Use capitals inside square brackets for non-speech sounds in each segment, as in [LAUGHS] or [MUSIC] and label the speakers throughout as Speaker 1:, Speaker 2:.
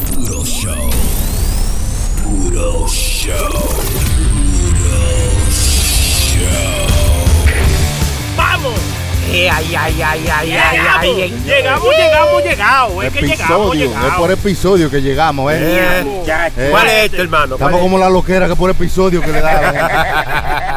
Speaker 1: show. Puro show. Puro show.
Speaker 2: ¡Vamos!
Speaker 3: Eh, ay, ay, ay, ay, ay,
Speaker 2: ¡Llegamos!
Speaker 3: ay, ay.
Speaker 2: llegamos, llegamos, llegado. Es que llegamos,
Speaker 4: Episodio, no es
Speaker 2: llegado.
Speaker 4: por episodio que llegamos, ¿eh?
Speaker 3: Eh, ya,
Speaker 4: Eh.
Speaker 3: ¿Cuál es este, hermano? ¿Cuál
Speaker 4: Estamos
Speaker 3: es?
Speaker 4: como la loquera que por episodio que le da. ¿eh?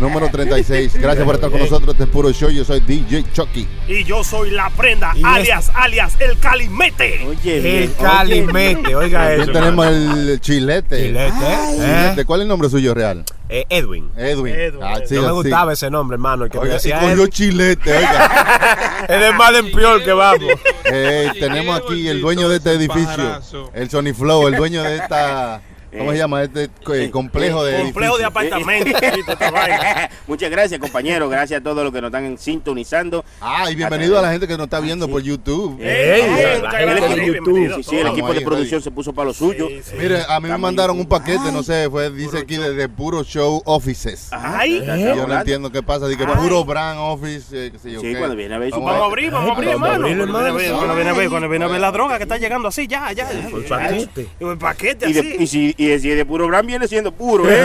Speaker 4: Número 36. Gracias por estar con nosotros. Este es puro show. Yo soy DJ Chucky.
Speaker 2: Y yo soy la prenda,
Speaker 3: Y
Speaker 2: alias, alias, el calimete.
Speaker 3: El
Speaker 5: [LAUGHS]
Speaker 3: calimete, oiga eso.
Speaker 4: También tenemos
Speaker 3: hermano.
Speaker 4: el chilete.
Speaker 3: Chilete, ¿eh?
Speaker 4: Chilete. ¿Cuál es el nombre suyo real?
Speaker 3: Eh, Edwin.
Speaker 4: Edwin.
Speaker 2: Edwin.
Speaker 4: Ah, sí,
Speaker 3: no me
Speaker 4: sí.
Speaker 3: gustaba ese nombre, hermano. El que me
Speaker 4: Oiga, y
Speaker 3: decía
Speaker 4: cogió chilete, oiga.
Speaker 3: Ed- es de mal en peor que vamos.
Speaker 4: Ey, Eh, tenemos aquí el dueño de este edificio, el Sony Flow, el dueño de esta, ¿cómo se llama? Este eh, complejo de
Speaker 2: Complejo de
Speaker 4: edificios.
Speaker 5: [LAUGHS]
Speaker 2: apartamentos. y toda esta vaina.
Speaker 5: Muchas gracias, compañeros. Gracias a todos los que nos están sintonizando.
Speaker 4: Ah, y bienvenido a la gente que nos está viendo por YouTube.
Speaker 2: Ey,
Speaker 5: Eh,
Speaker 2: la
Speaker 5: el
Speaker 2: gente
Speaker 5: equipo-
Speaker 2: de YouTube.
Speaker 5: bienvenido Sí, sí, el
Speaker 4: Vamos
Speaker 5: equipo de
Speaker 4: ahí,
Speaker 5: producción
Speaker 4: ready.
Speaker 5: se puso para lo suyo.
Speaker 2: Sí, sí.
Speaker 4: Mire, a mí me
Speaker 5: También.
Speaker 4: mandaron un paquete, no sé, fue, dice aquí desde Puro Show Offices.
Speaker 2: Ay,
Speaker 5: Ya
Speaker 4: Y
Speaker 5: está
Speaker 4: Yo no
Speaker 5: Ah, volando.
Speaker 4: entiendo qué pasa, así que
Speaker 2: Ay.
Speaker 4: Puro Brand Office, eh, qué sé yo
Speaker 5: Sí,
Speaker 4: qué.
Speaker 5: cuando viene a ver su
Speaker 2: vamos a abrir, vamos a abrir,
Speaker 3: Vamos a
Speaker 2: hermano.
Speaker 3: abrir,
Speaker 2: Cuando viene a ver,
Speaker 3: hermano.
Speaker 2: Cuando viene a ver, cuando viene a ver la droga que está llegando así, ya, ya.
Speaker 3: Por paquete.
Speaker 2: Un paquete
Speaker 5: Y, de, y
Speaker 2: así.
Speaker 5: si y si es de puro brand viene siendo puro, ¿eh?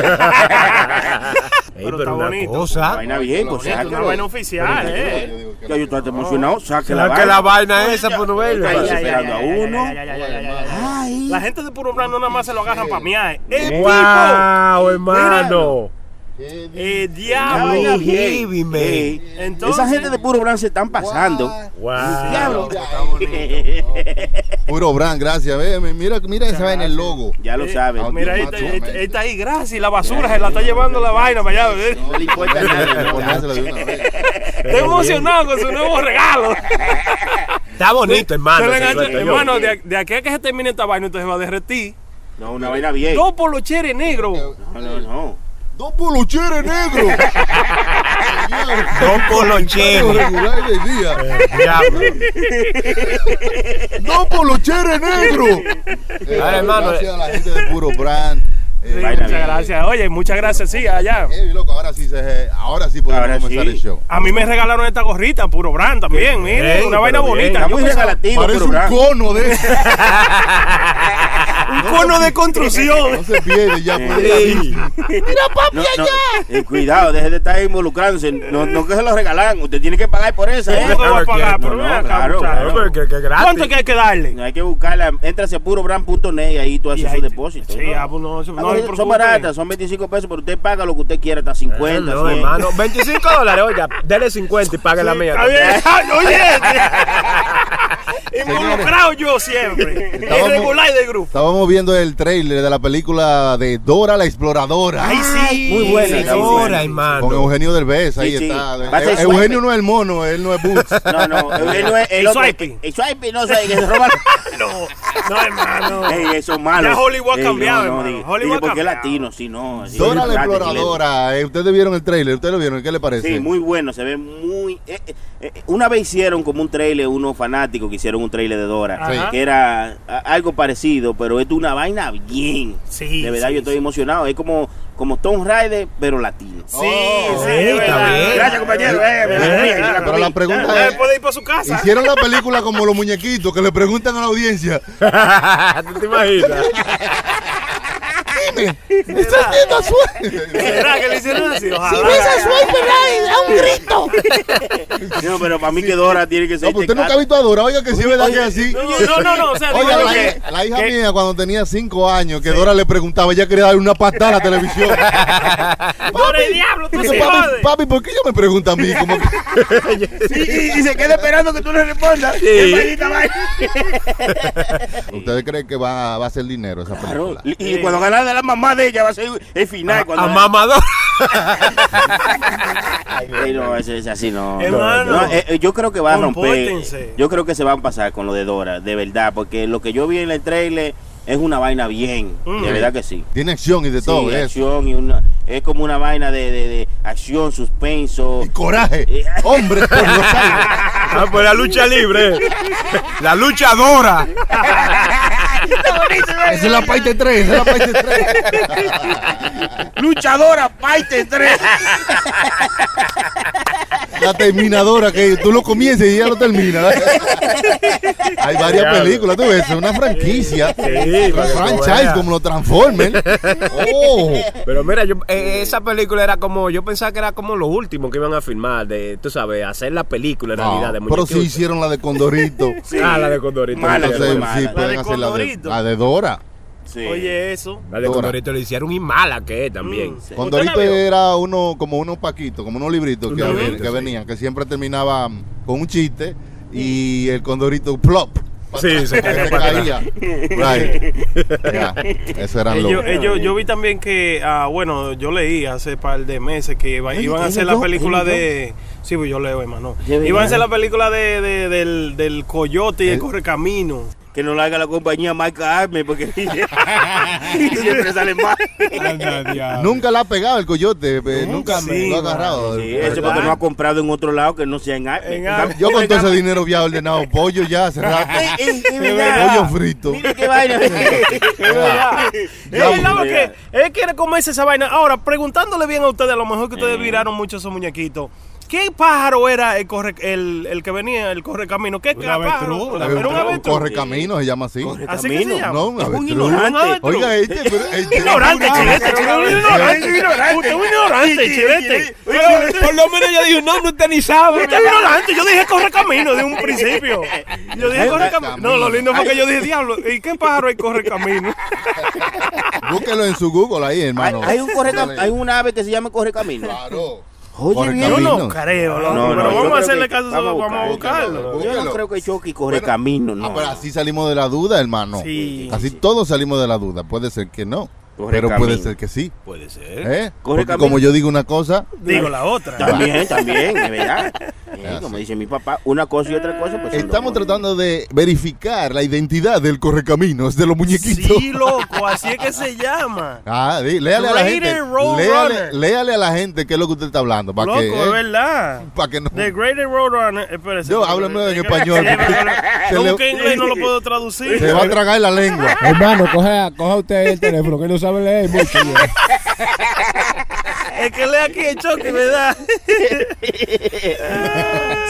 Speaker 3: Ey, pero
Speaker 2: Pero está
Speaker 3: una
Speaker 2: bonito.
Speaker 3: cosa.
Speaker 5: vaina bien, pues
Speaker 2: Bonito, Una
Speaker 5: sácalo.
Speaker 2: vaina oficial, eh.
Speaker 4: Yo digo que
Speaker 5: Ya yo estoy
Speaker 4: no.
Speaker 5: emocionado, saque la
Speaker 3: Claro que la
Speaker 5: vaina.
Speaker 3: vaina esa, pues no
Speaker 5: Ay,
Speaker 2: Ay,
Speaker 5: ay,
Speaker 3: verlo.
Speaker 2: ay,
Speaker 5: esperando
Speaker 2: ay,
Speaker 5: a
Speaker 2: ay,
Speaker 5: uno.
Speaker 2: ay, ay, ay, ay, ay, ay, ay.
Speaker 5: Ay.
Speaker 2: La gente de Puro Plan no nada más se lo agarran para miar. ¡El
Speaker 3: ¡Wow, hermano!
Speaker 4: ¿Qué
Speaker 2: tipo!
Speaker 4: di-
Speaker 2: ¡Eh,
Speaker 5: La
Speaker 2: diablo!
Speaker 5: vaina bien.
Speaker 3: Prohibime.
Speaker 5: Ey,
Speaker 2: Entonces-
Speaker 5: Esa gente de puro brand se están pasando.
Speaker 3: Wow.
Speaker 5: [LAUGHS] Diablo.
Speaker 4: Está Puro Brand, gracias. Ve, mi- mira, mira esa en el logo.
Speaker 5: Ya lo
Speaker 2: Eh,
Speaker 5: saben.
Speaker 2: Mira, ahí
Speaker 4: Dios
Speaker 2: está,
Speaker 4: macho,
Speaker 2: ahí está-
Speaker 4: man.
Speaker 2: ahí está ahí, gracias. y La basura se la está llevando la vaina para allá. ¿eh?
Speaker 5: No le [LAUGHS] importa
Speaker 4: Ponérselo,
Speaker 5: nada.
Speaker 4: ponérselo de una vez.
Speaker 5: [LAUGHS]
Speaker 2: Está emocionado con su nuevo regalo.
Speaker 5: Ah,
Speaker 3: Está bonito, hermano.
Speaker 2: Se le
Speaker 3: ese
Speaker 2: enganchó-
Speaker 3: suéter.
Speaker 2: hermano, de, de aquí a que se termine esta vaina, entonces va a derretir.
Speaker 5: No, una vaina bien.
Speaker 2: Dos polocheres negros.
Speaker 5: No, no, no.
Speaker 4: Dos polocheres negros. [LAUGHS]
Speaker 3: Dos
Speaker 2: [LAUGHS]
Speaker 4: Algo
Speaker 3: polocheres.
Speaker 4: regular del día.
Speaker 3: Diablo.
Speaker 4: Dos polocheres negros. Eh,
Speaker 3: Ahora, hermano,
Speaker 4: Gracias a la gente de Puro Brand. Eh,
Speaker 2: Sí,
Speaker 5: Vaina
Speaker 2: muchas
Speaker 5: bien.
Speaker 2: gracias. Oye, muchas gracias. Sí, allá.
Speaker 4: Eh, loco, ahora sí, se, ahora sí podemos
Speaker 5: Ahora
Speaker 4: comenzar
Speaker 5: sí.
Speaker 4: el show.
Speaker 2: A mí me regalaron esta gorrita, puro brand también. Miren,
Speaker 3: Ey,
Speaker 2: una vaina
Speaker 3: pero bien.
Speaker 2: bonita.
Speaker 5: Está
Speaker 2: Yo
Speaker 5: muy
Speaker 2: pensaba-
Speaker 5: regalativo,
Speaker 4: Parece
Speaker 5: puro
Speaker 4: un
Speaker 5: brand.
Speaker 4: cono de
Speaker 2: un cono de
Speaker 4: [LAUGHS]
Speaker 2: construcción.
Speaker 4: No se pierde ya. pues.
Speaker 3: Ey.
Speaker 5: No, no, eh, cuidado, deje de estar involucrándose. No, no que se lo regalan. Usted tiene que pagar por esa,
Speaker 2: ¿Cómo
Speaker 5: ¿eh?
Speaker 2: que va a pagar?
Speaker 3: No,
Speaker 2: Pero
Speaker 5: no,
Speaker 2: ven acá,
Speaker 5: claro,
Speaker 2: muchacho.
Speaker 5: claro.
Speaker 3: No, pero que, que gratis.
Speaker 2: ¿Cuánto que hay que darle?
Speaker 5: Hay que buscarla. Entras a purobrand.net y ahí tú
Speaker 2: Y
Speaker 5: haces
Speaker 2: ahí-
Speaker 5: su depósito.
Speaker 2: Sí, ah, pues no, eso-
Speaker 5: Ah,
Speaker 2: no se
Speaker 5: son
Speaker 2: preocupe.
Speaker 5: baratas, son 25 pesos, pero usted paga lo que usted
Speaker 2: Eh,
Speaker 5: quiera, hasta 50.
Speaker 3: No,
Speaker 5: 100.
Speaker 3: hermano. 25 dólares, oiga. Dele 50 y pague la mía.
Speaker 2: Está bien. Ay, Oye, involucrado yo siempre.
Speaker 4: Estábamos-
Speaker 2: Irregular del
Speaker 4: [LAUGHS]
Speaker 2: grupo.
Speaker 4: Estábamos viendo el trailer de la película de Dora la Exploradora.
Speaker 2: Ay, sí.
Speaker 5: muy buena, está muy
Speaker 3: Ahora,
Speaker 5: buena.
Speaker 4: Con
Speaker 3: hermano.
Speaker 4: Eugenio Derbez, ahí
Speaker 5: Sí, sí.
Speaker 4: está.
Speaker 5: Va a ser
Speaker 4: Eu-
Speaker 5: Swipe.
Speaker 4: Eugenio no es el mono, él no es Boots.
Speaker 2: [LAUGHS]
Speaker 5: No, no, él no es el,
Speaker 2: El
Speaker 5: otro.
Speaker 2: swiping.
Speaker 5: El swiping, no sé, que se
Speaker 2: [LAUGHS]
Speaker 5: roba.
Speaker 2: No, no, hermano.
Speaker 5: Ey, eso es malo.
Speaker 2: Ya Hollywood ha
Speaker 5: Ey,
Speaker 2: cambiado,
Speaker 5: no, no,
Speaker 2: hermano.
Speaker 5: diga-
Speaker 2: Hollywood
Speaker 5: diga,
Speaker 2: ha
Speaker 5: porque es
Speaker 2: cambiado.
Speaker 5: latino, si no. así,
Speaker 4: Dora la
Speaker 5: gratis,
Speaker 4: Exploradora. eh, ustedes vieron el trailer, ustedes lo vieron, ¿qué le parece?
Speaker 5: Sí, muy bueno, se ve muy... eh, eh, eh, una vez hicieron como un trailer, unos fanáticos que hicieron un trailer de Dora,
Speaker 2: Ajá.
Speaker 5: que era a- algo parecido, pero esto es una vaina bien.
Speaker 2: Sí,
Speaker 5: de verdad
Speaker 2: sí,
Speaker 5: yo estoy
Speaker 2: sí.
Speaker 5: emocionado, es como, como Tomb Raider, pero latino.
Speaker 2: Sí,
Speaker 4: Oh,
Speaker 3: sí,
Speaker 2: sí, es
Speaker 3: está
Speaker 2: verdad.
Speaker 3: bien.
Speaker 5: Gracias, compañero. Eh, me la comí, me la
Speaker 4: Pero
Speaker 5: comí.
Speaker 4: la pregunta
Speaker 2: Eh,
Speaker 4: es,
Speaker 2: puede ir para su
Speaker 4: [LAUGHS]
Speaker 2: casa.
Speaker 4: hicieron la película como los muñequitos que le preguntan a la audiencia,
Speaker 3: [LAUGHS] ¿Tú te imaginas?
Speaker 4: dime, ¿estás viendo a Swipe?
Speaker 2: ¿Será que le hicieron así? Ojalá.
Speaker 5: [LAUGHS]
Speaker 4: pues,
Speaker 5: No, pero para mí que Dora tiene que ser... este
Speaker 4: No, pues usted
Speaker 5: tecata.
Speaker 4: nunca ha visto a Dora, oiga que sí, ¿verdad que es así?
Speaker 2: No, no, no, no, no, o sea, digo
Speaker 4: Oiga,
Speaker 2: yo
Speaker 4: la,
Speaker 2: que-
Speaker 4: la hija
Speaker 2: que-
Speaker 4: mía cuando tenía cinco años, que Dora le preguntaba, ella quería darle una patada a la televisión.
Speaker 2: Por el diablo, tú
Speaker 4: Dice,
Speaker 2: se
Speaker 4: papi,
Speaker 2: jodes.
Speaker 4: papi, ¿por qué yo me pregunto a mí? Como que-
Speaker 5: Y, y se queda esperando que tú le respondas.
Speaker 3: Sí.
Speaker 4: ¿Ustedes creen que va, va a ser dinero esa
Speaker 5: Claro,
Speaker 4: película?
Speaker 5: y y cuando ganas de la mamá de ella va a ser el final. cuando
Speaker 3: A mamador.
Speaker 5: Ay, no, ese- ese así no.
Speaker 2: Hermano.
Speaker 5: No, eh, eh, yo creo que va a romper.
Speaker 2: Compórtense.
Speaker 5: Yo creo que se van a pasar con lo de Dora, de verdad, porque lo que yo vi en el trailer es una vaina bien,
Speaker 2: Mm.
Speaker 5: de verdad que sí.
Speaker 4: Tiene acción y de
Speaker 5: Sí,
Speaker 4: todo, eso.
Speaker 5: acción y una, es como una vaina de, de- de acción, suspenso.
Speaker 4: Y coraje. Hombre, pues, por los aires.
Speaker 3: Ah, pues la lucha libre. La luchadora.
Speaker 4: Esa es la parte 3, esa es la parte 3.
Speaker 5: Luchadora parte 3.
Speaker 4: [LAUGHS] la terminadora, que tú lo comiences y ya lo terminas. Hay varias
Speaker 3: Diablo.
Speaker 4: películas, tú ves, es una franquicia.
Speaker 3: Sí,
Speaker 4: un
Speaker 3: para que tú
Speaker 4: franchise
Speaker 3: veas.
Speaker 4: como lo transformen. Oh.
Speaker 3: Pero mira, yo, eh, esa película era como, yo pensaba que era como lo último que iban a filmar, de, tú sabes, hacer la película en realidad de
Speaker 4: No, pero sí
Speaker 3: Muñequito.
Speaker 4: hicieron la de
Speaker 3: [LAUGHS]
Speaker 4: Condorito.
Speaker 3: Ah, la de Condorito.
Speaker 5: Mala,
Speaker 4: Entonces,
Speaker 5: fue
Speaker 4: sí,
Speaker 5: mala.
Speaker 4: pueden
Speaker 2: de
Speaker 4: hacer la de,
Speaker 2: Condorito.
Speaker 4: la de Dora.
Speaker 5: Sí.
Speaker 2: Oye, eso.
Speaker 3: La de
Speaker 4: Dora.
Speaker 3: Condorito le hicieron y mala que es también.
Speaker 2: Mm.
Speaker 4: Condorito
Speaker 2: ¿Usted la vio?
Speaker 4: era uno como unos paquitos, como unos libritos que,
Speaker 3: Unos
Speaker 4: ven-
Speaker 3: libritos,
Speaker 4: que
Speaker 3: sí.
Speaker 4: venían, que siempre terminaba con un chiste y el Condorito plop.
Speaker 3: Sí, se
Speaker 4: Que
Speaker 3: cayó
Speaker 4: se
Speaker 3: para atrás.
Speaker 4: caía. Right.
Speaker 3: [LAUGHS]
Speaker 4: Ya, Eso era
Speaker 2: Ellos,
Speaker 4: lo.
Speaker 2: ellos- Eh, yo vi también que, ah, bueno, yo leí hace par de meses que iba-
Speaker 5: Ey,
Speaker 2: iban a
Speaker 5: ey,
Speaker 2: hacer la
Speaker 5: yo,
Speaker 2: película
Speaker 5: ey,
Speaker 2: de. Sí, pues yo leo, hermano.
Speaker 5: Ya vi,
Speaker 2: Iban a
Speaker 5: ya
Speaker 2: hacer
Speaker 5: vi.
Speaker 2: la película de, de- del, del coyote y el
Speaker 4: El- [LAUGHS]
Speaker 2: correcamino.
Speaker 5: Que no la haga la compañía Marca
Speaker 2: [LAUGHS]
Speaker 5: Arme porque siempre sale mal.
Speaker 2: [LAUGHS]
Speaker 4: Nunca la ha pegado el coyote, eh, nunca
Speaker 2: sí,
Speaker 4: me lo ha agarrado.
Speaker 5: Sí, eso porque no ha comprado en otro lado que no sea en Arme.
Speaker 2: En Arme.
Speaker 4: Yo
Speaker 5: [LAUGHS]
Speaker 4: con todo ese dinero había ordenado pollo ya hace rato.
Speaker 3: [LAUGHS]
Speaker 5: Es-
Speaker 4: [LAUGHS]
Speaker 5: es verdad.
Speaker 4: pollo frito.
Speaker 5: Mire
Speaker 4: [LAUGHS]
Speaker 5: qué vaina.
Speaker 2: Es [LAUGHS] verdad. Es
Speaker 4: Ya,
Speaker 2: verdad,
Speaker 5: pues,
Speaker 2: porque él quiere comerse esa vaina. Ahora, preguntándole bien a ustedes, a lo mejor que ustedes
Speaker 5: Eh.
Speaker 2: viraron mucho esos muñequitos. ¿Qué pájaro era el, corre, el, el que venía, el correcamino? ¿Qué pájaro?
Speaker 6: avestruz,
Speaker 2: Era un avestruz.
Speaker 4: Corre camino, se llama así.
Speaker 2: Así que se
Speaker 5: Camino.
Speaker 2: llama.
Speaker 4: No, un
Speaker 5: Es un
Speaker 4: avestruz.
Speaker 5: ignorante.
Speaker 2: avestruz.
Speaker 4: Oiga, este, pero, este-
Speaker 2: Ignorante, chilete,
Speaker 5: no,
Speaker 2: chilete,
Speaker 5: no,
Speaker 2: un
Speaker 5: no,
Speaker 2: ignorante,
Speaker 5: no, no,
Speaker 2: Usted es un ignorante, chilete.
Speaker 6: Por lo menos yo dije, no, no usted ni sabe.
Speaker 2: Usted es un ignorante, yo dije corre camino de un principio. Yo dije corre camino. No, lo lindo fue que yo dije, diablo, ¿y qué pájaro hay corre camino?
Speaker 4: Búsquelo en su Google ahí,
Speaker 5: Hay,
Speaker 4: hermano.
Speaker 5: [LAUGHS] hay un correcam- hay un ave que se llama correcamino.
Speaker 4: Claro.
Speaker 5: Oye, bien.
Speaker 2: Yo
Speaker 4: Correcamino.
Speaker 2: no creo, loco,
Speaker 5: No, no,
Speaker 2: pero
Speaker 5: yo
Speaker 2: vamos
Speaker 5: creo
Speaker 2: a hacerle
Speaker 5: que
Speaker 2: caso,
Speaker 5: vamos a
Speaker 2: vamos a buscarlo.
Speaker 5: buscarlo. Yo no
Speaker 4: Búsquelo.
Speaker 5: creo que Chucky corre camino, no.
Speaker 4: Ah, pero así salimos de la duda, hermano.
Speaker 2: Sí.
Speaker 4: Así todos salimos de la duda. Puede ser que no.
Speaker 5: Corre
Speaker 4: pero puede
Speaker 5: camino.
Speaker 4: ser que sí.
Speaker 6: Puede ser.
Speaker 4: ¿Eh?
Speaker 5: Corre
Speaker 4: Porque
Speaker 5: camino.
Speaker 4: como yo digo una cosa,
Speaker 2: Digo la otra.
Speaker 5: También, también,
Speaker 4: [LAUGHS]
Speaker 5: es verdad. Eh,
Speaker 4: Ah,
Speaker 5: como dice mi papá, una cosa y otra cosa, pues son
Speaker 4: estamos
Speaker 5: dos cosas.
Speaker 4: tratando de verificar la identidad del correcaminos de los muñequitos.
Speaker 2: Sí, loco, así es que se llama.
Speaker 4: Ah, di- léale a la
Speaker 2: Raider
Speaker 4: gente.
Speaker 2: Roadrunner.
Speaker 4: Léale, léale a la gente qué es lo que usted está hablando. Para
Speaker 2: Loco,
Speaker 4: que,
Speaker 2: es verdad.
Speaker 4: para que no.
Speaker 2: The Greater Roadrunner, espérese.
Speaker 4: Yo,
Speaker 2: porque-
Speaker 4: háblame en
Speaker 2: es que-
Speaker 4: español,
Speaker 2: Sí,
Speaker 4: porque
Speaker 2: pero-
Speaker 4: se
Speaker 2: lo
Speaker 4: le-
Speaker 2: busqué en inglés, no lo puedo traducir.
Speaker 4: Se va a tragar la lengua.
Speaker 6: Hermano, coja, coja usted el teléfono, que no sabe leer mucho.
Speaker 2: Es que lea aquí el choque, ¿verdad?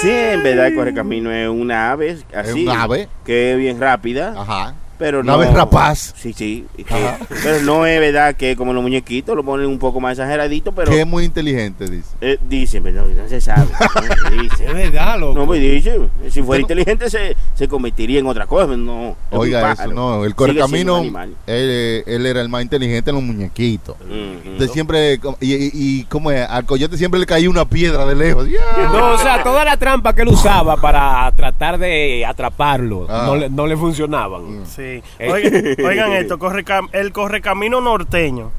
Speaker 5: Sí, en verdad, el correcamino es una ave, así.
Speaker 4: Mm. una ave.
Speaker 5: Que es bien rápida.
Speaker 4: Ajá.
Speaker 5: Pero
Speaker 4: Una
Speaker 5: no,
Speaker 4: vez rapaz.
Speaker 5: Sí, sí. y que- [LAUGHS] pero no es verdad que como los muñequitos lo ponen un poco más exageradito, pero
Speaker 4: que es muy inteligente, dice.
Speaker 5: eh, dicen, pero no, no se sabe. No,
Speaker 6: Es
Speaker 5: dicen.
Speaker 6: verdad, loco.
Speaker 5: No me dicen. Si fuera inteligente se, se convertiría en otra cosa. No. es un
Speaker 4: Oiga eso,
Speaker 5: pájaro.
Speaker 4: no. El
Speaker 5: Sigue siendo un
Speaker 4: correcamino,
Speaker 5: animal.
Speaker 4: él, eh, él era el más inteligente en los muñequitos.
Speaker 5: Mm, [LAUGHS]
Speaker 4: Usted siempre, y, y, y cómo es, al coyote siempre le caía una piedra de lejos.
Speaker 5: [LAUGHS]
Speaker 4: ¡Ya!
Speaker 6: No, o sea, toda la trampa que él usaba para tratar de atraparlo
Speaker 4: Ah.
Speaker 6: no, le, no le funcionaban.
Speaker 2: Sí.
Speaker 6: Eh.
Speaker 2: Oigan, oigan esto, correcam- el correcamino norteño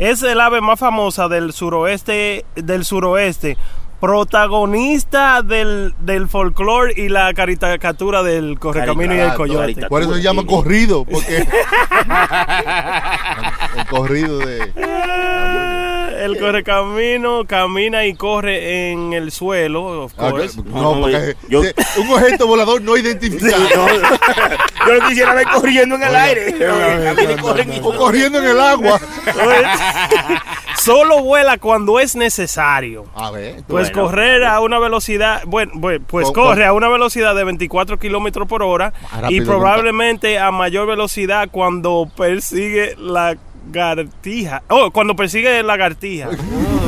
Speaker 2: es el ave más famosa del suroeste, del suroeste, protagonista del, del folclore y la caricatura del correcamino y el
Speaker 5: Caricato,
Speaker 2: coyote.
Speaker 5: caricato.
Speaker 4: Por eso se llama corrido, porque.
Speaker 5: [LAUGHS]
Speaker 4: [LAUGHS] el corrido de.
Speaker 2: Ah, El correcamino camina y corre en el suelo, of
Speaker 4: Ah,
Speaker 2: course.
Speaker 4: que-
Speaker 5: No,
Speaker 4: no, porque.
Speaker 5: yo-
Speaker 4: de- un objeto volador no identificado.
Speaker 5: mm. Yo lo quisiera ver corriendo en el aire. [LAUGHS] Correcamino corren y
Speaker 4: O corriendo en el
Speaker 5: [LAUGHS]
Speaker 4: agua.
Speaker 2: [LAUGHS] Solo vuela cuando es necesario.
Speaker 4: A ver. tú-
Speaker 2: Pues
Speaker 5: Bueno.
Speaker 2: correr a una velocidad, bueno, bueno, pues
Speaker 4: Con-
Speaker 2: corre
Speaker 4: con-
Speaker 2: a una velocidad de 24 kilómetros por hora
Speaker 4: Ah, rápido,
Speaker 2: y probablemente a mayor velocidad cuando persigue la gartija. Oh, cuando persigue la gartija.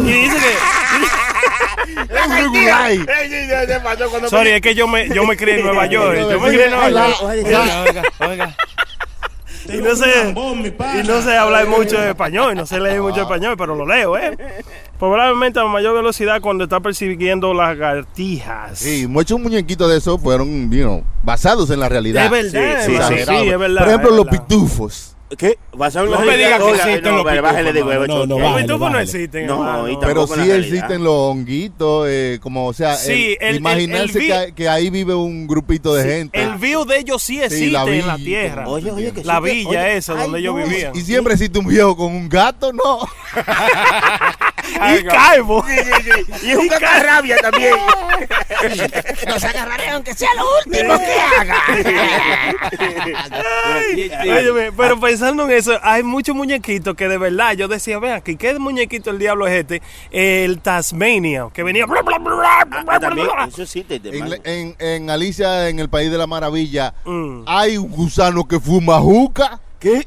Speaker 2: y dice que.
Speaker 4: Un regulay.
Speaker 5: se pasó cuando
Speaker 2: Sorry, es que yo me, yo me crié en Nueva York. Yo me crié en Nueva York.
Speaker 6: oiga, oiga.
Speaker 2: Y no sé, y no sé hablar mucho de español, no sé leer mucho español, pero lo leo, ¿eh? Probablemente a mayor velocidad cuando está persiguiendo las gartijas.
Speaker 4: Sí, muchos muñequitos de esos fueron, you know, basados en la realidad.
Speaker 2: Es verdad,
Speaker 5: Sí, sí,
Speaker 2: hermano,
Speaker 5: sí,
Speaker 2: sí,
Speaker 4: Exagerados.
Speaker 2: es verdad.
Speaker 4: Por ejemplo,
Speaker 2: es
Speaker 4: los
Speaker 2: verdad.
Speaker 4: pitufos.
Speaker 5: ¿Qué? ¿Vas a
Speaker 6: No me diga que existen los pitufos,
Speaker 5: Bájale de
Speaker 6: mano.
Speaker 5: huevo.
Speaker 6: No,
Speaker 5: Chucky.
Speaker 6: no,
Speaker 2: Los
Speaker 6: Bájale,
Speaker 2: pitufos pues, no
Speaker 6: bájale.
Speaker 2: existen.
Speaker 5: No,
Speaker 2: hermano.
Speaker 5: y
Speaker 4: Pero
Speaker 5: Tampoco
Speaker 4: sí
Speaker 5: la realidad.
Speaker 4: existen los honguitos, eh, como, o sea,
Speaker 2: Sí, el- el- el
Speaker 4: imaginarse
Speaker 2: vi-
Speaker 4: que, hay- que ahí vive un grupito de gente.
Speaker 2: El view de ellos sí existe
Speaker 4: la
Speaker 2: en la
Speaker 4: vi-
Speaker 2: tierra.
Speaker 5: Oye, oye, que
Speaker 2: la
Speaker 5: sí que-
Speaker 2: villa
Speaker 5: oye,
Speaker 2: esa
Speaker 5: ay,
Speaker 2: donde ellos
Speaker 5: no.
Speaker 2: vivían.
Speaker 4: y siempre existe un viejo con un gato, no.
Speaker 2: y [LAUGHS] calvo.
Speaker 5: Sí, sí, sí. Y es un rabia también.
Speaker 7: Los agarraré aunque sea lo último que haga.
Speaker 2: Óyeme, pero pensando en eso, hay muchos muñequitos que de verdad yo decía, vean aquí, ¿qué muñequito el diablo es este? El Tasmania, que venía. bla, bla, bla, bla,
Speaker 5: Ah,
Speaker 2: bla, bla,
Speaker 5: también,
Speaker 2: bla.
Speaker 5: eso sí te te
Speaker 4: En,
Speaker 5: mando.
Speaker 4: la- en- en Alicia, en el País de la Maravilla,
Speaker 2: Mm.
Speaker 4: hay un gusano que fuma juca.
Speaker 5: ¿Qué?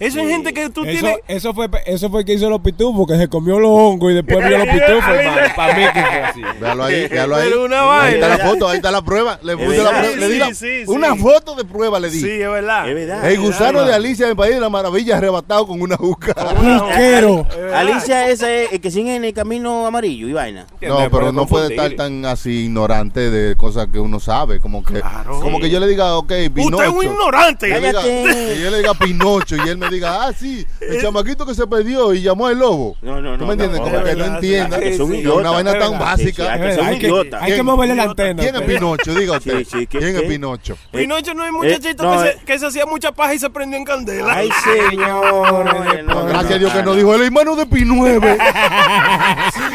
Speaker 2: Eso es gente que tú
Speaker 6: Eso,
Speaker 2: tienes.
Speaker 6: eso fue eso fue que hizo los pitufos, que se comió los hongos y después vio los pitufos, hermano. Para mí que fue así.
Speaker 4: Véalo ahí, véalo ahí.
Speaker 2: Pero una
Speaker 4: Ahí está
Speaker 2: vaina.
Speaker 4: la foto, ahí está la prueba. Le puse
Speaker 5: verdad.
Speaker 4: la prueba, le di la-
Speaker 2: Sí, sí, sí.
Speaker 4: una foto de prueba le di.
Speaker 2: Sí, es verdad.
Speaker 5: Es verdad.
Speaker 4: El gusano de Alicia en el País de la Maravilla arrebatado con una juca.
Speaker 6: Puquero.
Speaker 5: Alicia esa es el que sigue en el camino amarillo y vaina.
Speaker 4: No, pero no puede estar tan así ignorante de cosas que uno sabe. Como que, como que yo le diga, ok, Pinocho.
Speaker 2: Usted es un ignorante.
Speaker 4: Que yo, le diga,
Speaker 5: Cállate.
Speaker 4: que yo le diga Pinocho y él me diga, ah, sí, el chamaquito que se perdió y llamó al lobo.
Speaker 5: No, no, no,
Speaker 4: ¿Tú me entiendes?
Speaker 5: no,
Speaker 4: como
Speaker 2: es
Speaker 4: que
Speaker 2: verdad,
Speaker 4: no entienda.
Speaker 5: es verdad, que son
Speaker 4: Es una
Speaker 5: idiotas,
Speaker 4: vaina
Speaker 5: es
Speaker 4: tan
Speaker 6: verdad.
Speaker 4: básica.
Speaker 5: Sí, que son
Speaker 6: Hay que,
Speaker 5: idiotas.
Speaker 6: hay que
Speaker 2: ¿Quién-
Speaker 6: moverle la
Speaker 2: idiota?
Speaker 6: antena.
Speaker 4: ¿Quién es
Speaker 6: pero-
Speaker 4: Pinocho? Diga usted.
Speaker 5: Sí, sí, ¿qué-
Speaker 4: ¿Quién es
Speaker 5: qué?
Speaker 4: Pinocho?
Speaker 2: Pinocho no es muchachito
Speaker 5: no,
Speaker 2: que,
Speaker 5: eh.
Speaker 2: se, que se hacía mucha paja y se prendió en candela.
Speaker 5: Ay, señor.
Speaker 4: No, gracias a Dios que no dijo el hermano de P9.